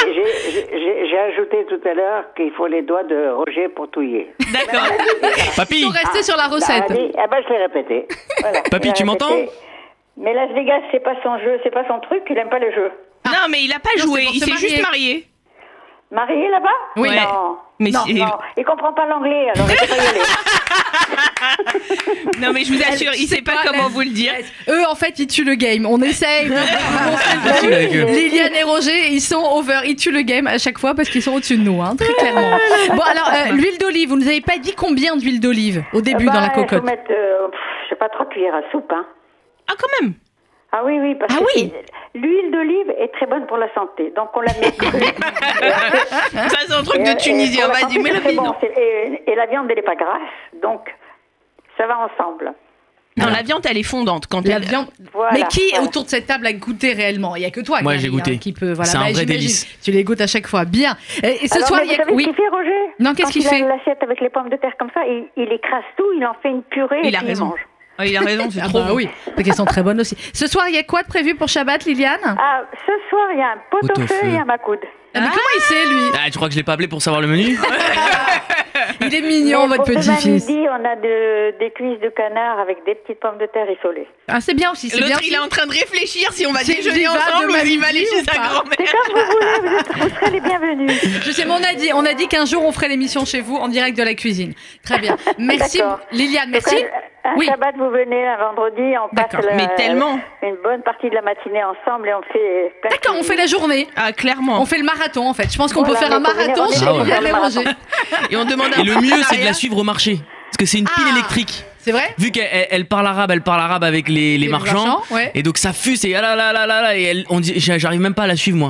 G: J'ai- J'ai j'ai- j'ai ajouté tout à l'heure qu'il faut les doigts de Roger pour touiller.
B: D'accord.
A: Ils
D: Papy
A: sont restés sur
F: Bah,
A: la
G: Ah,
A: recette.
G: allez, ah ben, je l'ai répété. Voilà, je
D: Papy,
G: l'ai
D: tu
G: répété.
D: m'entends
F: Mais Las Vegas, c'est pas son jeu, c'est pas son truc, il aime pas le jeu.
B: Non, mais il a pas
A: Non, c'est
B: joué.
A: pour
B: Il
A: se
B: s'est juste
A: marier.
B: marié.
F: Marié là-bas
B: Oui. Ouais.
F: Non.
B: Mais
F: non,
B: c'est-
F: non, il comprend pas l'anglais, alors il peut pas y aller.
B: Non, mais je vous assure, il sait pas
A: pas
B: comment
A: Las
B: vous le dire.
A: Eux, en fait, ils tuent le game. On essaye. on essaye de-
D: Facile avec eux.
A: Liliane et Roger, ils sont over, ils tuent le game à chaque fois parce qu'ils sont au-dessus de nous, hein, très clairement. Bon, alors, euh, l'huile d'olive, vous nous avez pas dit combien d'huile d'olive au début
F: Bah,
A: dans la
F: Il
A: cocotte
F: faut mettre, euh, pff, je sais pas, trois cuillères à soupe. Hein.
B: Ah, quand même.
F: Ah oui, oui, parce
B: Ah
F: que
B: oui.
F: c'est- l'huile d'olive est très bonne pour la santé, donc on la met crue.
A: Hein
B: Ça, c'est un truc
F: Et- et
B: de Tunisien.
F: pour la
B: Vas-y,
F: santé,
B: mets le
F: c'est
B: bidon.
F: bon, c'est- et, et la viande, elle est pas grasse, donc ça va ensemble.
B: Non, la viande, elle est fondante. Quand
A: La
B: elle-
A: viande.
F: Voilà,
A: Mais qui
F: voilà.
A: autour de cette table a goûté réellement Il y a que toi.
D: Moi,
A: Karine,
D: j'ai goûté.
A: hein, qui peut, voilà.
D: C'est un
A: Bah,
D: vrai
A: j'imagine.
D: délice.
A: Tu les goûtes à chaque fois, bien. Et, et ce
F: Alors,
A: soir, il
F: mais
A: y
F: vous
A: a...
F: savez
A: oui.
F: ce qu'il fait, Roger
A: Non, qu'est-ce
F: Quand
A: qu'il
F: il a
A: fait
F: l'assiette avec les pommes de terre comme ça, il, il écrase tout, il en fait une purée
B: Il
F: et
B: a
F: puis
B: raison.
F: il mange.
B: Ah, il a raison, c'est
A: Ah
B: trop
A: bah
B: bon.
A: oui, parce qu'elles sont très bonnes aussi. Ce soir, il y a quoi de prévu pour Shabbat, Liliane
F: Ah, ce soir, il y a un pot au
D: Pot-au-feu.
F: feu et un macoude.
A: Ah, mais Comment il sait lui
D: Ah, tu crois que je l'ai pas appelé pour savoir le menu
A: Il est mignon,
F: Mais
A: votre
F: pour demain
A: petit-fils.
F: midi, on a de- des cuisses de canard avec des petites pommes de terre isolées.
A: Ah, c'est bien aussi, c'est bien
B: L'autre,
A: aussi.
B: il est en train de réfléchir si on va
A: C'est une
B: déjeuner
A: diva de
B: ensemble ou s'il va aller
A: Maliki
B: chez
A: ou
B: sa
A: pas
B: grand-mère.
F: C'est comme vous voulez, vous, êtes- vous serez les bienvenus.
A: Je sais, mais on a dit, on a dit qu'un jour on ferait l'émission chez vous en direct de la cuisine. Très bien. Merci,
F: D'accord.
A: Liliane.
F: Donc,
A: Merci.
F: Un, un
A: Oui.
F: Shabbat, vous venez un vendredi, on passe
A: D'accord.
F: la-
B: Mais tellement.
F: une bonne partie de la matinée ensemble et on fait. plein de
A: D'accord, on
F: cuisines.
A: fait la journée.
B: Ah,
A: On
B: clairement.
A: fait le marathon en fait. Je pense qu'on
F: Voilà,
A: peut faire un
F: mais faut venir
A: marathon
F: en
A: chez
D: déjeuner,
A: Liliane
F: le
A: et
F: marathon.
A: Roger.
B: Et on demande
D: Et le mieux, c'est de la suivre au marché. Parce que c'est une pile
A: Ah.
D: électrique.
A: C'est vrai
D: Vu qu'elle elle- elle parle arabe, elle parle arabe avec les, les marchands.
A: ouais.
D: Et donc ça fuse et ah là là là là là. Et elle- on dit, j'a- j'arrive même pas à la suivre moi.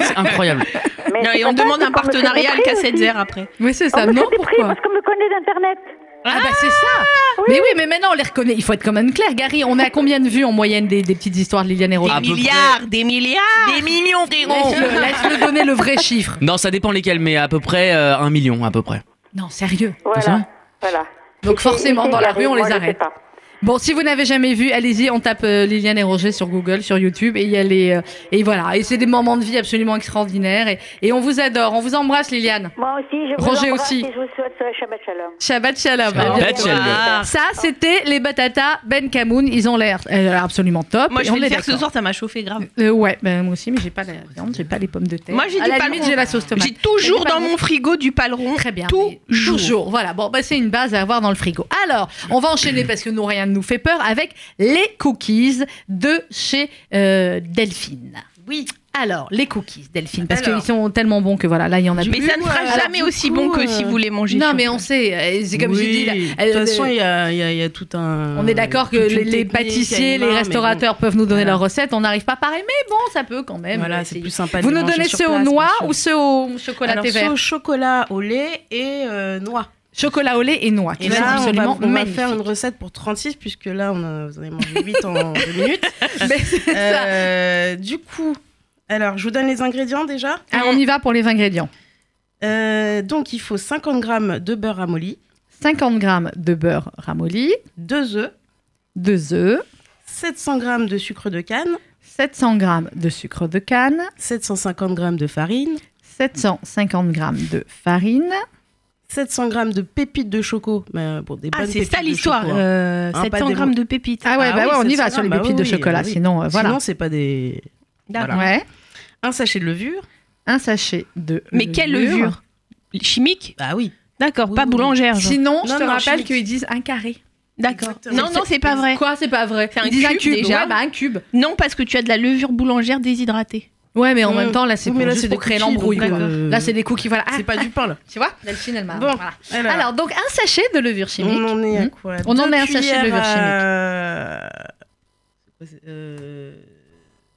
D: C'est incroyable.
F: Mais
B: Non,
F: c'est
B: et on
F: pas
B: demande un
F: mal, c'est qu'on me fait des
B: partenariat
F: prix
B: avec
F: aussi.
B: KZR après.
A: Oui, c'est
F: On
A: ça.
F: me fait
A: Non,
F: des prix
A: pourquoi
F: parce qu'on me connaît d'Internet.
A: Ah bah c'est ça. Mais oui, mais maintenant on les reconnaît. Il faut être quand même clair. Gary, on est à combien de vues en moyenne des, des petites histoires de Liliane et Roger
D: Ah,
B: Des
D: peu près.
B: milliards, des milliards. Des millions,
A: Laisse-le laisse-le donner le vrai chiffre.
D: Non, ça dépend lesquels, mais à peu près euh, un million à peu près.
A: Non, sérieux.
F: Voilà. voilà.
A: Donc forcément,
F: Et- et
A: dans la
F: Gary,
A: rue, on
F: moi,
A: les
F: je sais
A: arrête.
F: pas.
A: Bon, si vous n'avez jamais vu, allez-y, on tape euh, Liliane et Roger sur Google, sur YouTube, et il y a les. euh, et voilà, et c'est des moments de vie absolument extraordinaires, et, et on vous adore, on vous embrasse, Liliane.
F: Moi aussi, je vous
A: Roger
F: embrasse
A: aussi.
F: et je vous souhaite euh, Shabbat Shalom.
A: Bah, Shabbat Shalom.
D: Shabbat
A: À bientôt.
D: Shalom.
A: Ça, c'était les batatas Ben Kamoun, ils ont l'air euh, absolument top.
B: Moi,
A: et
B: je
A: on
B: vais le
A: est
B: faire ce
A: d'accord.
B: soir, ça m'a chauffé grave.
A: Euh, ouais, ben, moi aussi, mais j'ai pas la viande, j'ai pas les pommes de terre.
B: Moi, j'ai
A: À
B: du
A: la
B: paleron.
A: limite, j'ai la sauce tomate.
B: J'ai toujours
A: Mais
B: dans
A: pardon.
B: mon frigo du paleron.
A: Très bien. mais
B: Toujours.
A: Toujours. Voilà. Bon, bah, c'est une base à avoir dans le frigo. Alors, on va enchaîner parce que nous, rien ne nous fait peur avec les cookies de chez euh, Delphine. Oui. Alors, les cookies, Delphine, parce
B: Alors.
A: qu'ils sont tellement bons que voilà, là, il y en a
B: Ah, Mais
A: plus.
B: ça ne
C: Ouais,
B: sera
C: alors,
B: jamais
C: du
B: aussi
C: coup,
B: bon que
C: euh,
B: si vous les mangez.
A: Non,
B: chaud.
A: mais on sait, euh, c'est comme j'ai
C: Oui.
A: dit. là,
C: De
A: elle-
C: toute façon, il y, a- il y a- il y a tout un.
A: on est d'accord que
C: toute
A: les,
C: une
A: les
C: technique,
A: pâtissiers,
C: il y a une
A: les
C: main, mais bon.
A: restaurateurs peuvent nous donner
C: Voilà.
A: leurs recettes. On n'arrive pas pareil, mais bon, ça peut quand même.
C: Voilà, c'est
A: essayer.
C: plus sympa. de
A: Vous
C: les
A: nous
C: manger
A: donnez
C: sur
A: ceux
C: place,
A: au
C: bien
A: noir
C: sûr.
A: ou ceux au chocolat
C: Alors,
A: thé
C: ceux
A: vert
C: au chocolat au lait et euh, noix.
A: Chocolat au lait et noix, qui
C: Et
A: sont
C: là, on va,
A: absolument
C: on va
A: magnifiques.
C: faire une recette pour 36, puisque là, on a, vous en avez mangé 8 en 2 minutes.
A: Mais c'est ça.
C: Euh, du coup, alors, je vous donne les ingrédients déjà.
A: Ah, on y va pour les ingrédients.
C: Euh, donc, il faut 50 g de beurre amolli,
A: 50 g de beurre ramolli,
C: 2 œufs,
A: 2 œufs,
C: 700 g de sucre de canne,
A: 700 g de sucre de canne,
C: 750 g de farine,
A: 750 g de farine.
C: 700 g de pépites de choco. Mais euh, bon, des
B: Ah,
C: bonnes
B: c'est
C: pépites
B: ça
C: de
B: l'histoire.
C: choco, hein.
B: euh,
C: Hein, pas
B: 700
C: des
B: grammes
C: mots.
B: de pépites.
A: Ah ouais,
C: Ah
A: bah
C: oui,
A: ouais, on y
C: 700
A: va sur les
C: grammes,
A: pépites
C: bah
A: de
C: oui,
A: chocolat,
C: bah oui.
A: sinon euh, voilà.
C: Sinon, c'est pas des.
B: D'accord.
C: Voilà.
A: Ouais,
C: Un sachet de levure.
A: un sachet de
B: Mais quelle levure Chimique
C: Bah oui.
B: D'accord,
C: Oui,
B: pas
C: oui.
B: boulangère. genre.
A: Sinon, je
C: Non,
A: te
C: non,
A: rappelle
C: chimique.
A: qu'ils disent un carré.
B: D'accord.
C: Exactement.
B: Non, non, c'est pas vrai.
A: Quoi, c'est pas vrai
B: C'est un
A: Ils disent un
B: cube,
A: cube
B: déjà.
A: Ouais, bah un cube.
B: Non, parce que tu as de la levure boulangère déshydratée.
A: Ouais, mais en
C: Mm.
A: même temps, là, c'est
C: Oui, mais
A: pour,
C: là,
A: juste
C: c'est
A: pour
C: des
A: créer
C: cookies,
A: l'embrouille.
C: donc,
A: quoi.
C: euh,
A: Là, c'est des coups qui voilà.
C: C'est
A: Ah,
C: pas du pain là.
A: tu vois, Delphine, elle m'a.
C: Bon,
A: voilà.
C: alors,
A: Alors, donc, un sachet de levure chimique.
C: on en est à
A: Hmm.
C: quoi
A: On
C: Deux
A: en est à un sachet de
C: cuillères
A: levure
C: à- C'est quoi, c'est- euh,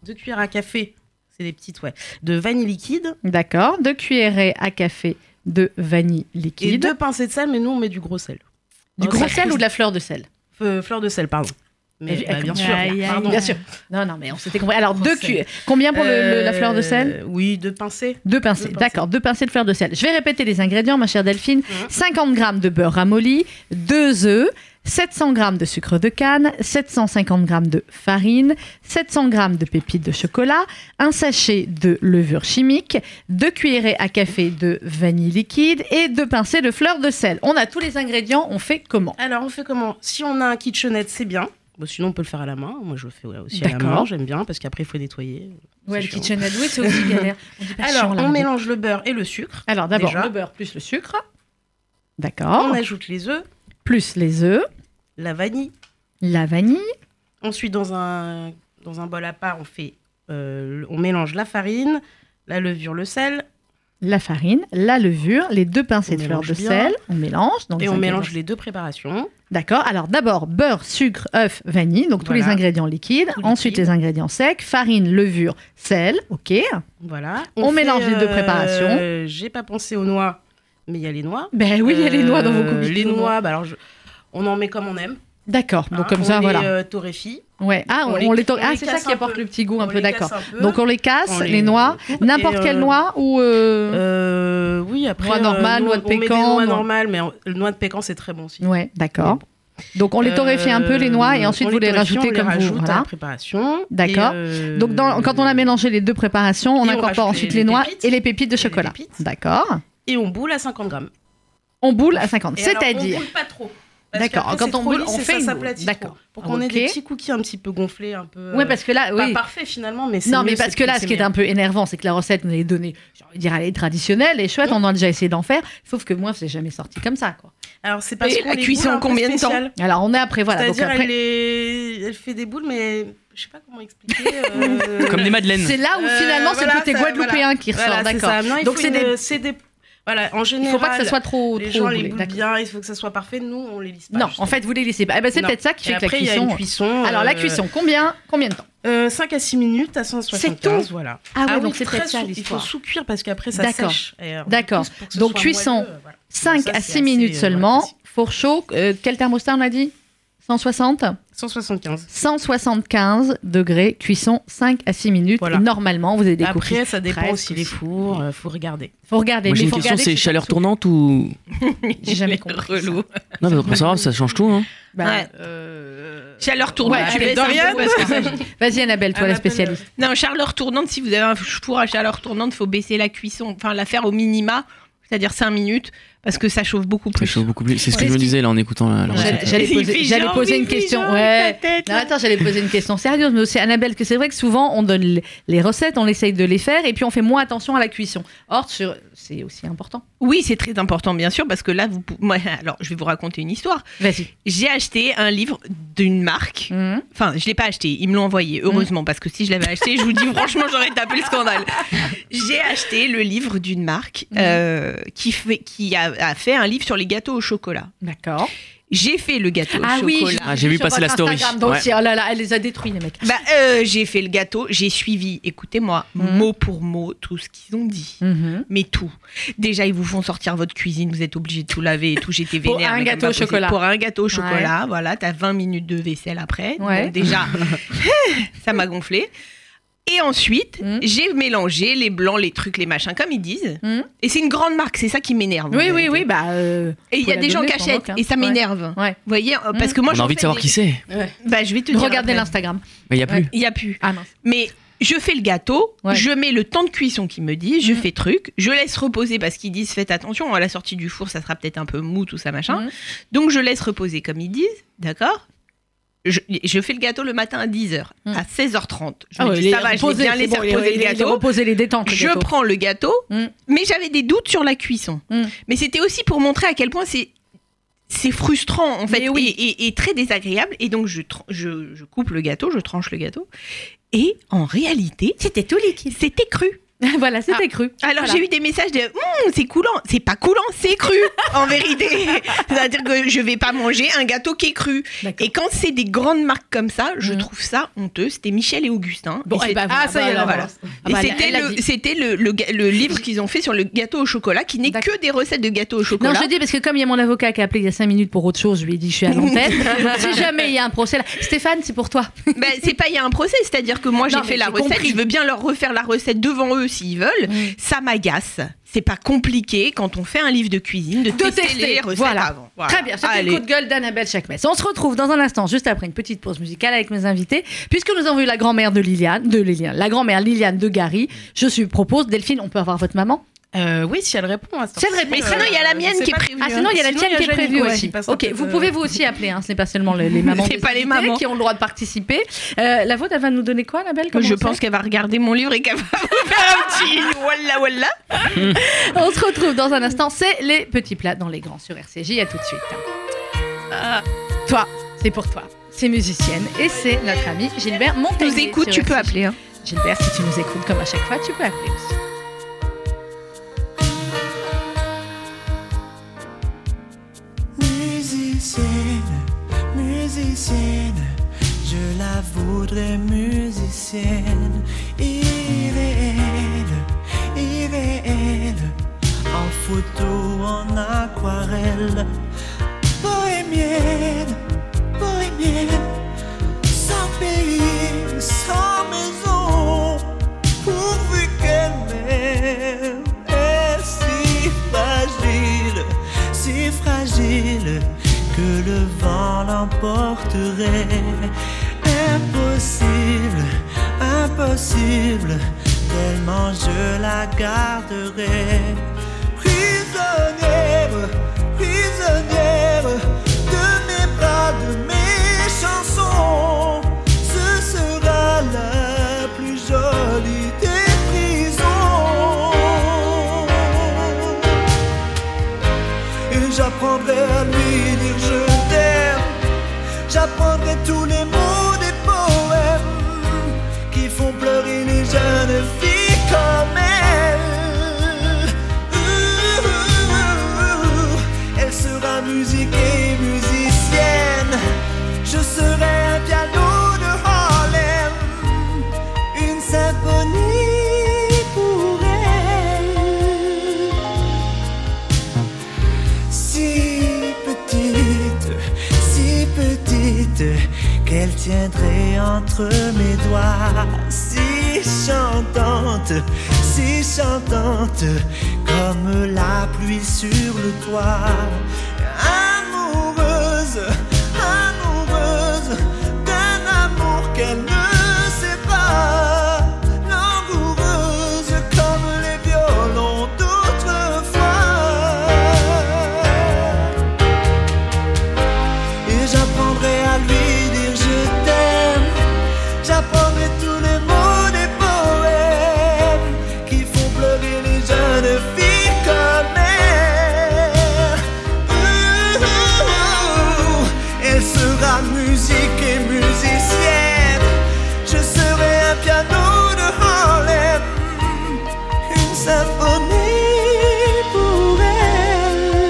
C: Deux cuillères à café, c'est les petites, ouais. De vanille liquide
A: D'accord. Deux cuillérées à café de vanille
C: et
A: liquide.
C: deux pincées de sel, mais nous on met du gros sel.
A: Du gros
C: Ouais.
A: sel ou de la fleur de sel
C: Euh, Fleur de sel, pardon. Mais
A: Ah,
C: bah, bien
A: comme-
C: sûr,
A: Aïe, aïe,
C: pardon.
A: Bien sûr. Non, non, mais on s'était compris. Alors, deux
C: sel.
A: cu- Combien pour le- le- la fleur de sel
C: Euh, Oui, deux pincées.
A: Deux pincées,
C: Deux pincées.
A: d'accord, deux pincées de fleur de sel. Je vais répéter les ingrédients, ma chère Delphine. 50 g de beurre ramolli, 2 œufs, 700 g de sucre de canne, 750 g de farine, 700 g de pépites de chocolat, un sachet de levure chimique, deux cuillerées à café de vanille liquide et deux pincées de fleur de sel. On a tous les ingrédients, on fait comment
C: Alors, on fait comment Si on a un kitchenette, c'est bien. Bon, sinon, on peut le faire à la main. Moi, je le fais ouais, aussi à la
A: D'accord.
C: main. J'aime bien parce qu'après, il faut nettoyer. C'est chiant.
A: oui, c'est aussi galère.
C: Alors, on mélange le beurre et le sucre.
A: Alors d'abord,
C: Déjà.
A: le beurre plus le sucre. D'accord.
C: On ajoute les œufs,
A: Plus les œufs,
C: la vanille.
A: la vanille.
C: Ensuite, dans un, dans un bol à part, on, fait, euh, on mélange la farine, la levure, le sel.
A: la farine, la levure, les deux pincées
C: On
A: de fleur de
C: mélange bien.
A: sel, on mélange. Donc
C: Et
A: les
C: on
A: ingrédients-
C: mélange les deux préparations.
A: D'accord. Alors d'abord beurre, sucre, œuf, vanille, donc tous
C: Voilà.
A: les ingrédients liquides.
C: Tout
A: Ensuite
C: liquide.
A: les ingrédients secs, farine, levure, sel. Ok.
C: Voilà. euh,
A: On mélange les deux préparations.
C: J'ai pas pensé aux noix, mais il y a les noix.
A: Ben oui, il y a les noix dans vos
C: Euh,
A: cookies.
C: Les
A: tout le monde.
C: noix, bah, alors je- on en met comme on aime.
A: D'accord. Donc
C: hein.
A: comme
C: on
A: ça,
C: les,
A: voilà.
C: euh, torréfie.
A: Ouais. Ah, on,
C: on les-
A: on les to-
C: on
A: Ah,
C: les
A: c'est ça
C: casse
A: qui
C: un
A: apporte
C: peu.
A: le petit goût un
C: On
A: peu.
C: les
A: D'accord.
C: casse un peu.
A: Donc on les casse,
C: On
A: les,
C: les
A: noix.
C: coupe
A: N'importe
C: et,
A: quelle
C: euh,
A: noix ou. euh,
C: Euh, oui, après.
A: Noix
C: euh,
A: normale,
C: nous,
A: noix de
C: on met des
A: pécan,
C: noix
A: noix-
C: normales, mais on- le noix de pécan, c'est très bon aussi.
A: Ouais. D'accord. Donc on les torréfie un peu les noix et
C: Euh,
A: ensuite
C: on
A: vous les
C: torréfie,
A: rajoutez
C: on
A: comme
C: les
A: vous.
C: rajoute hein. à
A: Voilà.
C: la préparation.
A: D'accord.
C: Et, euh,
A: Donc, dans- quand on a mélangé les deux préparations, on
C: Et on
A: incorpore
C: rajoute
A: ensuite
C: les-
A: les
C: les
A: noix
C: pépites.
A: et les pépites de
C: Et les
A: chocolat.
C: pépites.
A: D'accord.
C: Et on boule à 50 grammes.
A: On boule à 50.
C: Et alors,
A: C'est-à-dire.
C: On boule pas trop.
A: D'accord. Quand on boule, on fait une boule. D'accord.
C: D'accord. Pour qu'on ait
A: Ok.
C: des petits cookies un petit peu gonflés, un peu.
A: Ouais,
C: euh,
A: parce que là, oui.
C: Pas parfait finalement, mais c'est
A: Non,
C: mieux,
A: mais parce
C: c'est
A: que là,
C: plus-
A: ce
C: c'est
A: qui est
C: meilleur.
A: un peu énervant, c'est que la recette, nous est donnée, j'ai envie de dire, elle est traditionnelle et chouette,
C: Mm.
A: on a déjà essayé d'en faire, sauf que moi, c'est jamais sorti comme ça, quoi.
C: Alors, c'est parce
B: Et
C: qu'on
B: la
C: les
B: cuisson,
C: boule un peu
B: combien de temps
C: spéciales.
A: Alors, on est après, voilà. Donc
C: C'est-à-dire,
A: après,
C: elle, est- elle fait des boules, mais je sais pas comment expliquer. euh,
D: Comme des madeleines.
A: c'est là où
C: Euh,
A: finalement, c'est le
C: voilà,
A: côté
C: ça,
A: guadeloupéen qui ressort,
C: Voilà, c'est
A: d'accord.
C: ça. Non, il
A: Donc,
C: faut
A: c'est
C: une-
A: des-
C: c'est des... Voilà, en
A: Il
C: général,
A: faut pas que ça soit trop,
C: les
A: trop
C: gens les
A: roulé,
C: boulent
A: d'accord.
C: bien, il faut que ça soit parfait. Nous, on les lisse pas.
A: Non, en
C: justement.
A: fait, vous les laissez pas. Eh ben, c'est
C: Non.
A: peut-être ça qui
C: Et
A: fait que la
C: après, il y a une
A: cuisson.
C: cuisson.
A: Alors, la
C: euh,
A: cuisson, combien, combien de temps
C: euh, 5 à 6 minutes à 175, voilà.
A: Ah oui,
C: oui,
A: donc c'est
C: très
A: peut-être ça
C: sous- Il faut
A: l'histoire.
C: sous-cuire parce qu'après ça
A: D'accord.
C: sèche. Et, euh,
A: D'accord.
C: pour que ce
A: Donc,
C: soit
A: cuisson,
C: moelleux, euh, voilà.
A: 5
C: Ça,
A: à
C: c'est
A: 6
C: assez,
A: minutes
C: euh,
A: seulement.
C: facile.
A: Four chaud, euh, quel thermostat on a dit 160
C: 175.
A: 175 degrés, cuisson 5 à 6 minutes.
C: Voilà.
A: Normalement, vous avez des cookies.
C: Après, ça dépend
A: presque
C: aussi les
A: aussi.
C: fours, euh, faut regarder.
A: Faut regarder.
D: Moi, j'ai
A: mais
D: une
A: faut
D: question,
A: regarder
D: c'est
A: que ce
D: chaleur
A: soit
D: tournante ou.
A: souple. J'ai jamais compris. ça.
B: Relou.
D: Non, mais pour savoir, ça change tout. Hein.
A: Bah,
B: Ouais.
C: euh,
B: Chaleur tournante.
A: Ouais,
B: tu
A: allez,
B: laisses un peu
A: Dorian.
B: parce que ça-
A: Vas-y, Annabelle, toi, la
C: Annabelle,
A: spécialiste.
B: Non, chaleur tournante, si vous avez un four à chaleur tournante, faut baisser la cuisson, enfin la faire au minima, c'est-à-dire 5 minutes, parce que ça chauffe beaucoup
D: Ça
B: plus.
D: chauffe beaucoup plus. C'est ce que
A: Ouais.
D: je me disais là en écoutant la, la
B: Ouais.
A: J'allais-
D: recette.
A: J'allais
B: Il
A: poser,
B: fait
A: j'allais
B: genre,
A: poser
B: il
A: une
B: fait
A: question.
B: genre,
A: Ouais.
B: ta tête,
A: Non,
B: là.
A: attends, j'allais poser une question sérieuse, mais aussi Annabelle, que c'est vrai que souvent on donne les- les recettes, on essaye de les faire et puis on fait moins attention à la cuisson. Or, sur- c'est aussi important.
B: Oui, c'est très important, bien sûr, parce que là, vous. pou- Moi, alors, je vais vous raconter une histoire.
A: Vas-y.
B: J'ai acheté un livre d'une marque.
A: Mhm.
B: Enfin, je l'ai pas acheté. Ils me l'ont
A: Mm.
B: envoyé, heureusement, parce que si je l'avais acheté, je vous dis franchement, j'aurais tapé le scandale. J'ai acheté le livre d'une marque
A: Mm.
B: euh, qui, fait, qui a, a fait un livre sur les gâteaux au chocolat.
A: D'accord.
B: J'ai fait le gâteau au
A: Ah
B: chocolat.
A: oui,
D: Ah, j'ai vu
A: sur
D: passer la
A: votre
D: story.
A: Instagram, donc
D: Ouais.
A: c'est- oh là là, elle les a détruits, les mecs.
B: Bah, euh, j'ai fait le gâteau, j'ai suivi, écoutez-moi,
A: Mhm.
B: mot pour mot, tout ce qu'ils ont dit. Mais tout. Déjà, ils vous font sortir votre cuisine, vous êtes obligé de tout laver et tout. J'étais
A: Pour un
B: vénère. mais comme
A: gâteau
B: pas
A: au
B: possible.
A: chocolat.
B: Pour un gâteau au chocolat, voilà, t'as 20 minutes de vaisselle après.
A: Ouais.
B: Donc déjà, ça m'a gonflé. Et ensuite,
A: Mhm.
B: j'ai mélangé les blancs, les trucs, les machins, comme ils disent.
A: Mhm.
B: Et c'est une grande marque, c'est ça qui m'énerve. en
A: Oui, oui,
B: vérité.
A: oui, bah. euh,
B: Et il
A: faut
B: y a
A: la
B: des gens
A: donner,
B: qui
A: sans
B: achètent,
A: manque, hein.
B: et ça m'énerve.
A: Ouais.
B: Vous voyez, euh, parce
A: Mhm.
B: que moi,
D: On
B: j'en
D: a envie de
B: fais
D: savoir
B: des-
D: qui c'est.
B: Bah, je vais te dire.
A: Regardez
B: après.
A: l'Instagram.
D: Mais il n'y a plus.
B: Il n'y a plus.
A: Ah mince.
B: Mais je fais le gâteau,
A: Ouais. Mhm.
B: je mets le temps de cuisson qu'il me dit, je fais truc, je laisse reposer parce qu'ils disent faites attention, à la sortie du four, ça sera peut-être un peu mou, tout ça, machin.
A: Mhm.
B: Donc je laisse reposer comme ils disent, d'accord je, je fais le gâteau le matin à 10h,
A: Mhm.
B: à 16h30. Je
A: Ah
B: me
A: ouais,
B: dis,
A: les
B: ça va, je vais
A: reposer,
B: bien
A: c'est
B: laisser
A: bon, les-
B: reposer le
A: les- les
B: gâteau.
A: reposer les détentes. le
B: Je
A: gâteau.
B: prends le gâteau,
A: Mhm.
B: mais j'avais des doutes sur la cuisson.
A: Mhm.
B: Mais c'était aussi pour montrer à quel point c'est c'est frustrant en fait
A: Mais oui.
B: et, et- et très désagréable. Et donc je, tran- je, je coupe le gâteau, je tranche le gâteau Et en réalité,
A: C'était tout liquide.
B: c'était cru.
A: voilà, c'était cru.
B: Ah. Alors
A: Voilà.
B: j'ai eu des messages de Hum, c'est coulant, c'est pas coulant, c'est cru en vérité. C'est-à-dire que je vais pas manger un gâteau qui est cru.
A: D'accord.
B: Et quand c'est des grandes marques comme ça, je
A: Mhm.
B: trouve ça honteux. C'était Michel et Augustin.
A: Bon,
B: Et
A: eh
B: c'est-
A: ben, voilà,
B: ah ça y est,
A: voilà,
B: alors voilà.
A: Ah
B: Et
A: bah, elle-
B: c'était
A: elle l'a
B: le-
A: dit.
B: c'était le, le, ga- le livre qu'ils ont fait sur le gâteau au chocolat, qui n'est
A: D'accord.
B: que des recettes de gâteau au
A: Non,
B: chocolat.
A: je dis parce que comme il y a mon avocat qui a appelé il y a 5 minutes pour autre chose, je lui ai dit je suis à l'antenne. si jamais il y a un procès là. Stéphane, c'est pour toi.
B: Ben, c'est pas il y a un procès, c'est-à-dire que moi
A: Non,
B: j'ai
A: mais
B: fait la
A: j'ai
B: recette,
A: compris.
B: je veux bien leur refaire la recette devant eux s'ils veulent.
A: Mm.
B: Ça m'agace. C'est pas compliqué quand on fait un livre de cuisine de,
A: De
B: tester,
A: tester,
B: les recettes
A: voilà.
B: avant. Voilà.
A: Très bien, c'était le
B: Allez.
A: coup de gueule d'Annabelle Chakmes. On se retrouve dans un instant, juste après une petite pause musicale avec mes invités. Puisque nous avons eu la grand-mère de Liliane, de Liliane, la grand-mère Liliane de Gary, je suis propose, Delphine, on peut avoir votre maman
C: Euh, oui, si elle répond à euh, cette
A: Si elle répond.
B: Mais sinon, il y a la mienne qui est prévue.
A: Ah sinon, il y a la
C: Sinon,
A: tienne
C: il y a
A: qui est
C: Janine,
A: prévue
C: ouais,
A: aussi.
C: qui passera
A: Ok,
C: peut-être,
A: vous
C: euh,
A: pouvez vous aussi appeler, hein, ce n'est pas seulement les, les mamans
B: C'est
A: des
B: pas les
A: invités
B: mamans.
A: qui ont le droit de participer. Euh, la vôtre, elle va nous donner quoi, Annabelle Comment
B: je
A: on
B: pense
A: sait
B: qu'elle va regarder mon livre et qu'elle va vous faire un petit voilà voilà.
A: On se retrouve dans un instant, c'est les petits plats dans les grands sur RCJ, à tout de suite. Ah, Toi, c'est pour toi. C'est musicienne et c'est notre ami Gilbert
B: Tu
A: Montagnier.
B: nous écoutes,
A: sur
B: tu peux
A: RCJ.
B: appeler. hein.
A: Gilbert, si tu nous écoutes comme à chaque fois, tu peux appeler aussi.
E: Musicienne, musicienne, je la voudrais musicienne, irréelle, irréelle, en photo, en aquarelle, bohémienne, bohémienne, sans pays, sans maison, pourvu qu'elle m'aime, est si fragile, si fragile que le vent l'emporterait. Impossible, impossible, tellement je la garderai. Prisonnière, prisonnière de mes bras, de mes chansons, ce sera la plus jolie des prisons et j'apprendrai à lui dire je t'aime. J'apprendrai tous les mots des poèmes qui font pleurer les jeunes filles comme elle. Ouh, Elle sera musique et musicienne. Je serai un piano de Harlem, une symphonie pour elle si petite, si petite, qu'elle tiendrait entre mes doigts, si chantante, si chantante, comme la pluie sur le toit, amoureuse, amoureuse d'un amour qu'elle ne sait pas, langoureuse comme les violons d'autrefois. Et j'apprendrai à lui dire je t'aime. J'apprendrai tous les mots des poèmes qui font pleurer les jeunes filles comme elle. Ouh, Elle sera musique et musicienne. Je serai un piano de Harlem. Une symphonie pour elle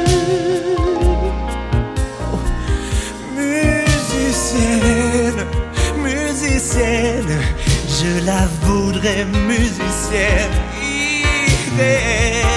E: musicienne, musicienne, je la voudrais musicienne, irréelle,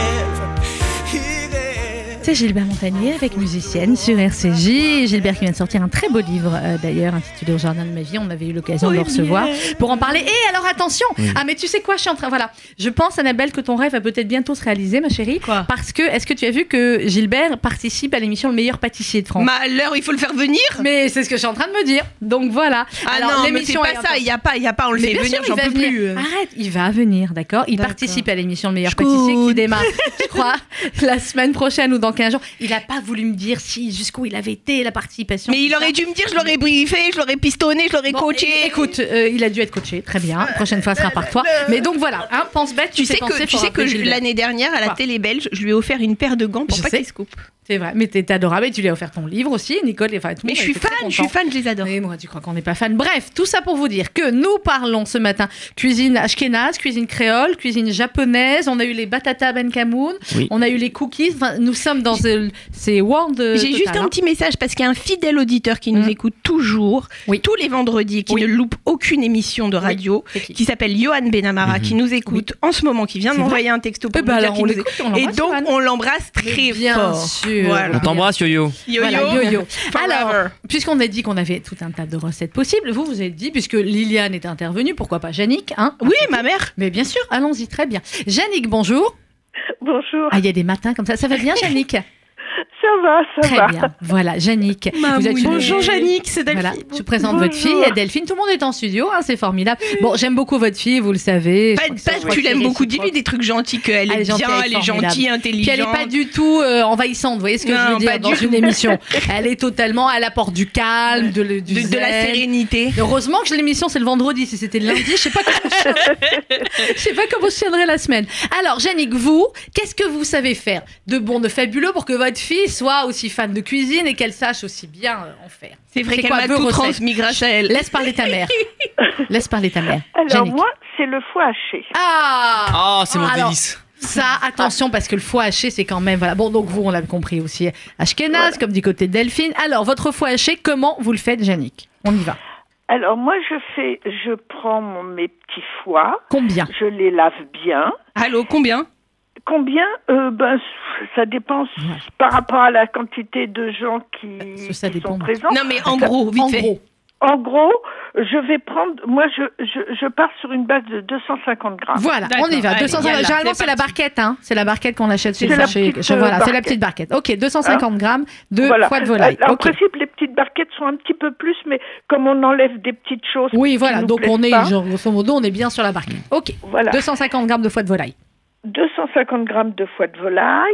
E: irréelle.
A: C'est Gilbert Montagnier avec musicienne sur RCJ. Gilbert qui vient de sortir un très beau livre euh, d'ailleurs intitulé Au jardin de ma vie. On avait eu l'occasion de le recevoir pour en parler. Et alors attention Ah mais tu sais quoi, je suis en train... Voilà, je pense Annabelle que ton rêve va peut-être bientôt se réaliser ma chérie.
B: Quoi
A: Parce que, est-ce que tu as vu que Gilbert participe à l'émission Le meilleur pâtissier de France
B: Malheur, il faut le faire venir.
A: Mais c'est ce que je suis en train de me dire. Donc voilà.
B: Ah
A: Alors,
B: non, mais c'est
A: l'émission
B: pas
A: est
B: ça.
A: un-
B: Il y a pas, il y a pas. On le
A: Mais
B: fait
A: bien sûr,
B: venir,
A: il
B: j'en
A: va
B: peux
A: venir.
B: plus. euh.
A: Arrête, il va venir, d'accord Il
B: D'accord.
A: participe à l'émission Le meilleur
B: Scoot.
A: pâtissier qui démarre, je crois, la semaine prochaine ou dans 15 jours. Il n'a pas voulu me dire si jusqu'où il avait été la participation.
B: Mais il aurait dû me dire, je l'aurais briefé, je l'aurais pistonné, je l'aurais
A: Bon,
B: coaché.
A: é- Écoute, euh, il a dû être coaché, très bien. Prochaine fois, ce sera par toi. Mais donc voilà, hein, pense bête,
B: Tu sais
A: penser,
B: que, tu
A: faut
B: sais que
A: rappeler
B: je-
A: Gilbert.
B: l'année dernière, à la
A: Quoi
B: télé belge, je lui ai offert une paire de gants pour
A: Je
B: pas
A: sais.
B: qu'il se coupe.
A: C'est vrai, mais t'es t'es adorable et tu lui as offert ton livre aussi, Nicole. et Enfin, tout le
B: Mais
A: monde
B: je suis
A: était
B: fan,
A: très
B: je suis
A: content.
B: fan, je les adore.
A: Oui, moi, tu crois qu'on n'est pas fan. Bref, tout ça pour vous dire que nous parlons ce matin cuisine ashkénaze, cuisine créole, cuisine japonaise. On a eu les batata ben kamoun,
D: Oui.
A: on a eu les cookies. Enfin, nous sommes dans ce- ces world. euh,
B: J'ai juste
A: total,
B: un
A: hein.
B: petit message parce qu'il y a un fidèle auditeur qui nous
A: Mm.
B: écoute toujours,
A: Oui.
B: tous les vendredis, qui
A: Oui.
B: ne loupe aucune émission de radio,
A: C'est qui
B: qui s'appelle Johan Benamara,
D: Mhm.
B: qui nous écoute en ce moment, qui vient de
A: C'est
B: m'envoyer un texto pour
A: Eh
B: me
A: ben
B: dire
A: alors,
B: qu'il
A: on
B: nous
A: l'écoute,
B: écoute.
A: on
B: Et
A: l'embrasse,
B: donc,
A: Johan.
B: on l'embrasse très
A: Mais bien
B: fort.
A: sûr.
B: Voilà.
D: On t'embrasse, yo-yo.
B: Yo-yo.
A: Voilà, yo-yo.
B: Forever.
A: Alors, puisqu'on a dit qu'on avait tout un tas de recettes possibles, vous vous êtes dit, puisque Liliane est intervenue, pourquoi pas Yannick hein
B: oui, ma mère.
A: Mais bien sûr, allons-y, très bien. Yannick, bonjour.
H: Bonjour,
A: Ah, il y a des matins comme ça. Ça va bien, Yannick
H: ça va, ça
A: Très
H: va.
A: bien. Voilà, Yannick. Vous êtes
C: Bonjour
A: une-
C: Yannick, c'est Delphine.
A: Voilà, je présente votre
H: Bonjour.
A: fille, et Delphine. Tout le monde est en studio, hein, c'est formidable. Bon, j'aime beaucoup votre fille, vous le savez. je
B: Pas-
A: crois que
B: pas-
A: c'est- je crois
B: tu
A: que
B: l'aimes
A: c'est
B: beaucoup, dis-lui
A: réciproque.
B: des trucs gentils, qu'elle
A: Elle
B: est
A: est gentille,
B: bien,
A: elle est
B: elle est
A: formidable.
B: gentille,
A: Puis elle n'est
B: intelligente.
A: pas du tout euh, envahissante, vous voyez ce que je
B: Non,
A: veux dire
B: pas
A: dans
B: du
A: une émission. Elle est totalement, elle apporte du calme, de, le- du
B: de, de la
A: zèle.
B: sérénité.
A: Heureusement que l'émission c'est le vendredi, si c'était le lundi, je sais pas comment je, je sais pas comment je tiendrai la semaine. Alors, Yannick, vous, qu'est-ce que vous savez faire de bon, de fabuleux pour que votre fille soit aussi fan de cuisine et qu'elle sache aussi bien euh, en faire
B: C'est vrai
A: C'est
B: qu'elle
A: quoi
B: m'a
A: vos
B: tout
A: recettes
B: transmis grâce à elle.
A: Laisse parler ta mère. Laisse parler ta mère.
H: Alors
A: Yannick.
H: moi, c'est le foie haché.
A: Ah
D: Ah, c'est mon
A: Alors,
D: délice.
A: Ça, attention, parce que le foie haché, c'est quand même. Voilà. Bon, donc vous, on l'a compris aussi. Ashkenaz, comme du côté de Delphine. Alors, votre foie haché, comment vous le faites, Yannick On y va.
H: Alors moi, je fais, je prends mon- mes petits foies,
A: Combien
H: je les lave bien.
B: Allô, combien
H: Combien Euh, Ben, ça dépend s- par rapport à la quantité de gens qui,
A: Bah, Ça, ça
H: qui
A: dépend.
H: sont présents.
B: Non, mais en gros, vite
A: En
B: fait.
A: gros.
H: En gros, je vais prendre, moi, je, je, je pars sur une base de 250 grammes.
A: Voilà,
B: D'accord,
A: on y va.
B: allez,
A: 250.
B: yalla,
A: Généralement,
B: c'est
A: c'est la
B: parti.
A: barquette. Hein. C'est la barquette qu'on achète chez
H: C'est la
A: chez-
H: petite,
A: chez-
H: euh,
A: Voilà, c'est la
H: barquette. Hein
A: petite barquette. Ok, 250 grammes de
H: Voilà.
A: foie de volaille.
H: Euh, En
A: Ok.
H: principe, les petites barquettes sont un petit peu plus, mais comme on enlève des petites choses.
A: Oui,
H: qui
A: voilà.
H: nous
A: Donc,
H: plaisent
A: on est,
H: pas,
A: genre, grosso modo, on est bien sur la barquette. Ok.
H: voilà.
A: 250 grammes de foie de volaille.
H: 250 grammes de foie de volaille.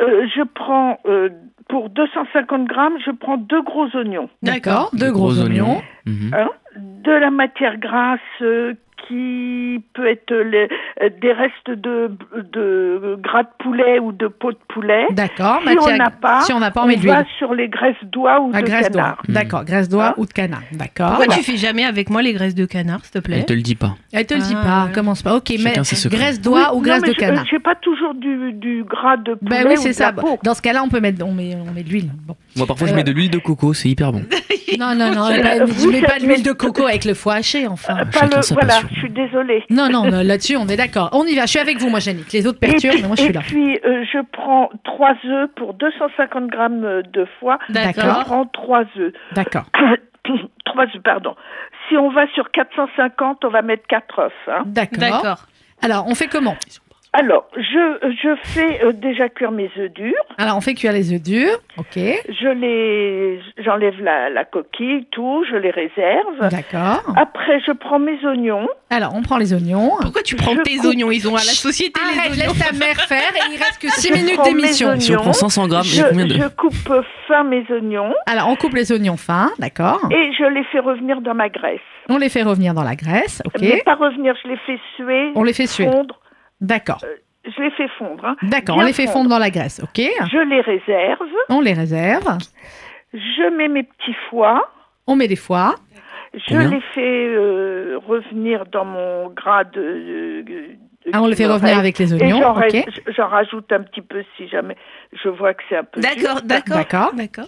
H: Euh, je prends, euh, pour 250 grammes, je prends deux gros oignons.
B: D'accord.
A: D'accord. Deux gros, oignons.
D: Mhm.
H: hein. de la matière grasse euh, qui peut être les- euh, des restes de, de gras de poulet ou de peau de poulet.
A: D'accord.
H: Si on
A: matière-
H: n'a pas,
A: si on n'a pas, on
H: on
A: met de
H: va
A: l'huile.
H: sur les graisses d'oie ou
A: Ah,
H: de
A: graisse d'oie.
H: canard.
D: Mhm.
A: D'accord. Graisse d'oie
H: Hein
A: ou de canard. D'accord.
B: Pourquoi tu fais jamais avec moi les graisses de canard, s'il te plaît
D: Elle te le dit pas.
A: Elle te le dit
B: Ah,
A: pas.
B: ouais.
A: Commence pas. Ok, mais
D: Chacun ses secrets.
A: graisse d'oie
H: Oui,
A: ou graisse
H: non, mais
A: de
H: je-
A: canard.
H: euh, J'ai pas toujours du, du gras de poulet
A: Ben oui,
H: ou
A: c'est
H: de
A: ça.
H: la peau.
A: Dans ce cas-là, on peut mettre, on met, on met de l'huile. Bon.
D: Moi, parfois, je mets de l'huile de coco, c'est hyper bon.
A: Non, non, non.
H: Vous-
A: bah, Je
H: vous
A: mets pas de
H: savez-
A: l'huile de coco avec le Euh, foie haché, enfin.
H: Pas
D: Chacun
H: le-
D: sa
H: voilà,
D: passion.
H: je suis désolée.
A: Non, non, non, là-dessus, on est d'accord. On y va. Je suis avec vous, moi, Jannick. Les autres perturbent,
H: puis,
A: mais moi, je
H: et
A: suis là.
H: puis, euh, je prends 3 œufs pour 250 grammes euh, de foie.
A: D'accord.
H: Je prends 3 œufs.
A: D'accord.
H: 3 œufs, pardon. Si on va sur 450, on va mettre 4 œufs. hein.
A: D'accord.
B: D'accord.
A: Alors, on fait comment
H: Alors, je, je fais euh, déjà cuire mes œufs durs.
A: Alors, on fait cuire les œufs durs. OK.
H: Je les, j'enlève la, la coquille, tout, je les réserve.
A: D'accord.
H: Après, je prends mes oignons.
A: Alors, on prend les oignons.
B: Pourquoi tu prends
H: Je
B: tes
H: coupe.
B: oignons Ils ont à la société
A: Arrête,
B: les oignons.
A: laisse ta mère faire. Et il reste que 6
H: Je
A: minutes
H: prends mes
A: d'émission.
H: oignons.
D: Si on prend 500 grammes,
H: Je,
D: j'ai Ah, combien de.
H: je coupe euh, fin mes oignons
A: Alors, on coupe les oignons fins. D'accord.
H: et je les fais revenir dans ma graisse.
A: On les fait revenir dans la graisse. OK.
H: Mais pas revenir, je les fais suer,
A: On les fait suer.
H: fondre.
A: D'accord.
H: Je les fais fondre. hein.
A: D'accord. On
H: Euh, bien
A: les fait
H: fondre.
A: fondre dans la graisse. OK.
H: Je les réserve.
A: On les réserve.
H: Je mets mes petits foies.
A: On met les foies.
H: Je
D: Combien
H: les fais euh, revenir dans mon gras de. de- de-
A: Ah, on les
H: qui
A: fait
H: me
A: revenir
H: reste.
A: avec les
H: Et j'en
A: oignons.
H: reste-
A: OK.
H: j'en rajoute un petit peu si jamais je vois que c'est un peu. dur.
B: D'accord, d'accord.
A: D'accord.
B: D'accord.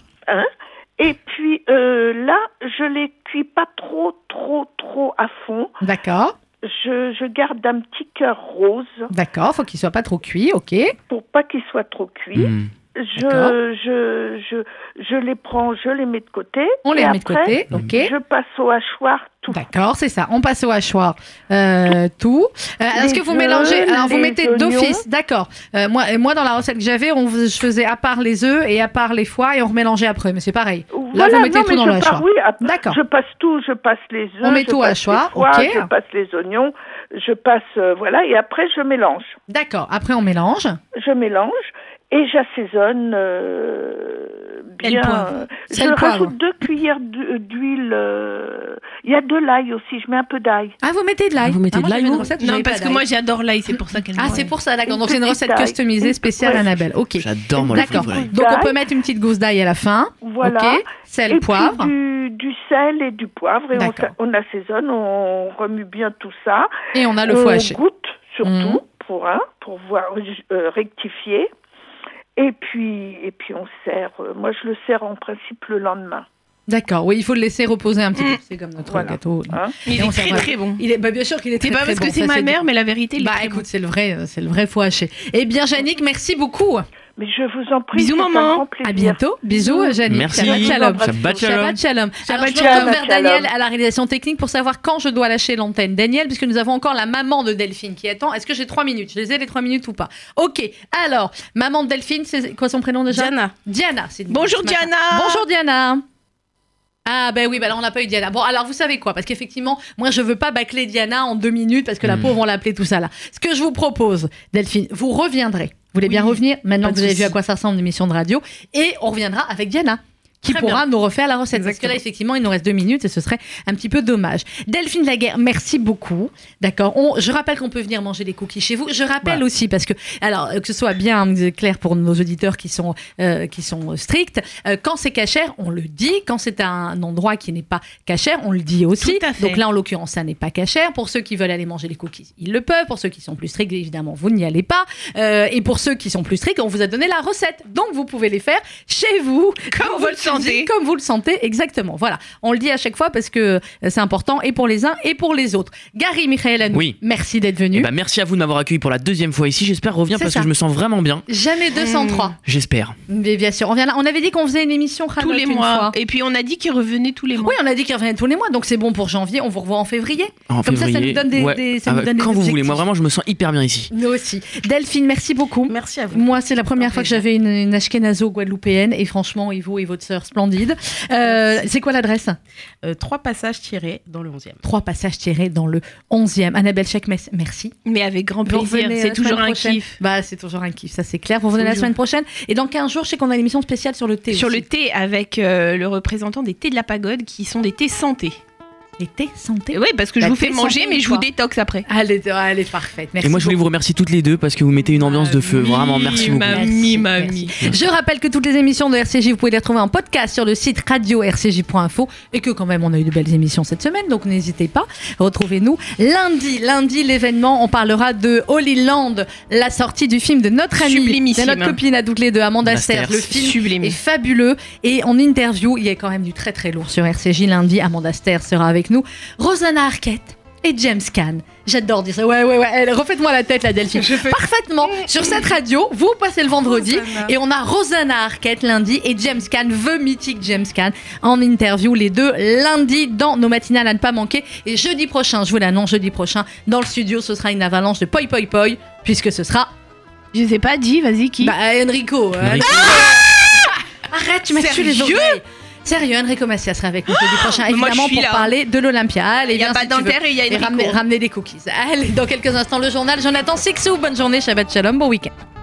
H: Et puis euh, là, je les cuis pas trop, trop, trop à fond.
A: D'accord.
H: Je, je garde un petit cœur rose
A: D'accord. Faut qu'ils soient pas trop cuits. OK.
H: pour pas qu'il soit trop cuit.
D: Mhm.
H: Je,
A: D'accord.
H: je, je, je les prends, je les mets de côté.
A: On les
H: Et
A: remet de
H: après,
A: côté.
D: Mhm.
A: OK.
H: Je passe au hachoir tout.
A: D'accord, c'est ça. On passe au hachoir. Euh, tout. Euh, Est-ce
H: Les
A: que vous
H: œufs,
A: mélangez Alors vous
H: les
A: mettez
H: oignons.
A: d'office. D'accord. Euh, moi, et moi, dans la recette que j'avais, on fais- je faisais à part les œufs et à part les foies et on remélangeait après. Mais c'est pareil. Là, vous mettez
H: non,
A: tout
H: mais
A: dans
H: je
A: le
H: pars-
A: hachoir.
H: oui, après,
A: D'accord.
H: Je passe tout, je passe les œufs.
A: On met
H: je
A: tout au
H: passe
A: hachoir,
H: les foies,
A: ok.
H: Je passe les oignons, je passe euh, voilà et après je mélange,
A: D'accord. Après, on mélange.
H: je mélange et j'assaisonne euh,
B: Sel,
H: bien.
B: poivre.
H: euh,
A: Sel,
H: je
A: poivre.
H: rajoute deux cuillères d'hu- d'huile. euh, Il y a de l'ail aussi. Je mets un peu d'ail.
A: Ah, vous mettez de l'ail.
D: Vous mettez
A: Ah,
D: de
A: moi, j'avais
D: l'ail,
A: une
D: vous
A: recette où
B: Non,
A: j'avais
B: parce
A: pas
B: que
A: d'ail.
B: moi j'adore l'ail, c'est pour ça qu'elle
A: Ah,
B: me
A: c'est pour ça, d'accord. Donc c'est une
H: petite
A: recette
H: d'ail.
A: customisée
H: Une-
A: spéciale
H: ouais.
A: Annabelle. Ok.
D: J'adore moi le
A: D'accord.
D: fruit de l'ail.
A: Donc on
H: D'ail.
A: peut mettre une petite gousse d'ail à la fin.
H: Voilà.
A: Ok. Sel,
H: et
A: poivre.
H: Puis du, du sel et du poivre. Et on,
A: D'accord.
H: sa- on assaisonne, on remue bien tout ça.
A: Et on a Ah, le
H: on
A: foie haché.
H: goûte surtout
A: Mhm.
H: pour un, pour voir euh, rectifier. Et puis, et puis on sert. euh, Moi, je le sers en principe le lendemain.
A: D'accord. Oui, il faut le laisser reposer un petit peu. C'est comme notre
H: mm. Voilà.
A: gâteau.
H: Hein.
B: Mais il
A: Et on
B: est
A: s'en
B: très
A: va.
B: très bon.
A: Il est, bah, bien sûr qu'il est très,
B: C'est pas
A: très
B: parce
A: bon,
B: que
A: ça,
B: c'est ma mère, mais la vérité, il est
A: Bah
B: très bon.
A: écoute, c'est le vrai, euh, c'est le vrai foie haché. Eh bien, Yannick, merci beaucoup.
H: Mais je vous en prie.
B: Bisous,
H: c'est un
B: maman.
H: grand plaisir.
A: À bientôt. Bisous, euh, Yannick.
D: Merci.
A: Shabbat shalom.
D: Shabbat shalom.
A: Shabbat shalom. Alors, je me
H: shalom.
A: retourne vers
H: Shabbat
A: Daniel
H: shalom.
A: à la réalisation technique pour savoir quand je dois lâcher l'antenne. Daniel, puisque nous avons encore la maman de Delphine qui attend. Est-ce que j'ai trois minutes Je les ai les trois minutes ou pas Ok. Alors, maman de Delphine, c'est quoi son prénom déjà
B: Diana.
A: Diana. c'est-
B: Bonjour
A: ce matin.
B: Diana.
A: Bonjour Diana. Ah ben oui, ben là on n'a pas eu Diana. Bon alors vous savez quoi Parce qu'effectivement, moi je veux pas bâcler Diana en deux minutes parce que la
D: Mm.
A: pauvre on l'appeler tout ça là. Ce que je vous propose, Delphine, vous reviendrez. Vous voulez bien
B: Oui,
A: revenir maintenant que
B: pas de
A: vous avez vu
B: souci.
A: à quoi ça ressemble l'émission de radio et on reviendra avec Diana qui
B: Très
A: pourra nous refaire la recette. Parce que là
B: Exactement.
A: effectivement il nous reste deux minutes et ce serait un petit peu dommage. Delphine Laguerre, merci beaucoup. D'accord. On- Je rappelle qu'on peut venir manger des cookies chez vous. Je rappelle
D: Voilà.
A: aussi parce que alors euh, que ce soit bien clair pour nos auditeurs qui sont euh, qui sont stricts. Euh, quand c'est cachère, on le dit. Quand c'est un endroit qui n'est pas cachère, on le dit aussi.
B: Tout à fait.
A: Donc là, en l'occurrence, ça n'est pas cachère. Pour ceux qui veulent aller manger les cookies, ils le peuvent. Pour ceux qui sont plus stricts, évidemment, vous n'y allez pas. Euh, et pour ceux qui sont plus stricts, on vous a donné la recette. Donc vous pouvez les faire chez vous.
B: Comme
A: dans
B: vous
A: votre
B: le sentez.
A: cuisine, Comme vous le sentez, exactement. Voilà. On le dit à chaque fois parce que euh, c'est important et pour les uns et pour les autres. Gary Michael, à nous.
D: Oui.
A: merci d'être venu.
D: Eh ben, merci à vous de m'avoir accueilli pour la deuxième fois ici. J'espère revenir
A: C'est
D: parce
A: ça.
D: que je me sens vraiment bien.
A: Jamais 203.
B: Hmm.
D: J'espère.
A: Mais bien sûr, on, vient là. on avait dit qu'on faisait une émission
B: Tous
A: Charlotte,
B: les
A: une fois.
B: mois. Et puis on a dit qu'il revenait tous les mois.
A: Oui, on a dit qu'il revenait tous les mois, donc c'est bon pour janvier. On vous revoit en février.
D: En
A: Comme ça, ça nous
D: février.
A: donne des-
D: Ouais.
A: des- ça
D: Ah
A: nous
D: bah,
A: donne des
D: quand vous voulez.
A: objectifs.
D: Moi, vraiment, je me sens hyper bien ici.
A: Nous aussi. Delphine, merci beaucoup.
C: Merci à vous.
A: Moi, c'est la première
B: Au
A: fois que j'avais une, une ashkenazo guadeloupéenne et franchement, Ivo et votre sœur splendide. Euh, c'est quoi l'adresse
C: Euh, trois passages tirés dans le 11e.
A: Trois passages tirés dans le 11e. Annabelle Chakmes, merci.
B: Mais avec grand
A: Vous
B: plaisir.
A: revenez la
B: C'est toujours
A: semaine
B: un
A: prochaine.
B: kiff.
A: Bah, c'est toujours un kiff, ça c'est clair. Vous revenez la
B: Toujours.
A: semaine prochaine et dans 15 jours, je sais qu'on a une émission spéciale sur le thé.
B: Sur
A: aussi.
B: le thé avec euh, le représentant des thés de la pagode qui sont des thés santé.
A: les thés santé.
B: Oui, parce que
A: Bah,
B: je vous
A: thé
B: fais manger,
A: santé,
B: mais je
A: quoi.
B: vous détoxe après.
A: Elle est, elle est parfaite. Merci. Ah
D: Et moi, je voulais vous remercier toutes les deux parce que vous mettez une ambiance de feu.
B: Mamie,
D: Vraiment, merci beaucoup.
A: Merci,
B: Mamie, mamie.
A: Je rappelle que toutes les émissions de RCJ, vous pouvez les retrouver en podcast sur le site radio-rcj.info et que quand même, on a eu de belles émissions cette semaine, donc n'hésitez pas. Retrouvez-nous lundi. Lundi, l'événement, on parlera de Holy Land, la sortie du film de notre amie, de
B: Sublimissime.
A: notre copine à toutes les deux, Amanda
D: Amanda
A: Serres. Le
D: Serres.
A: film
B: Sublime.
A: est fabuleux et en interview, il y a quand même du très très lourd sur RCJ lundi. Amanda Ster sera avec nous. Rosanna Arquette et James Caan. J'adore dire ça. Ouais, ouais, ouais. Elle- Refaites-moi la tête, la Delphine. Parfaitement. Sur cette radio, vous passez le vendredi et on a Rosanna Arquette lundi et James Caan, The mythique James Caan, en interview les deux lundi dans nos matinales à ne pas manquer. Et jeudi prochain, je vous l'annonce, jeudi prochain, dans le studio, ce sera une avalanche de poi poi poi puisque ce sera
B: Je sais pas, dis, vas-y, qui
A: bah, Enrico. euh,
D: Enrico.
A: Arrête, tu m'as tué les
B: Sérieux Oh,
A: oreilles. Sérieux, Enrico Massia sera avec nous jeudi prochain,
B: moi, je
A: évidemment,
B: suis
A: pour
B: là.
A: parler de l'Olympia. Allez,
B: Il n'y a
A: viens
B: pas
A: si tu veux.
B: d'enterre et il y a
A: Et
B: une
A: ramener,
B: ricot.
A: ramener des cookies. Allez, dans quelques instants, le journal. Jonathan Sixou, bonne journée, Shabbat Shalom, bon week-end.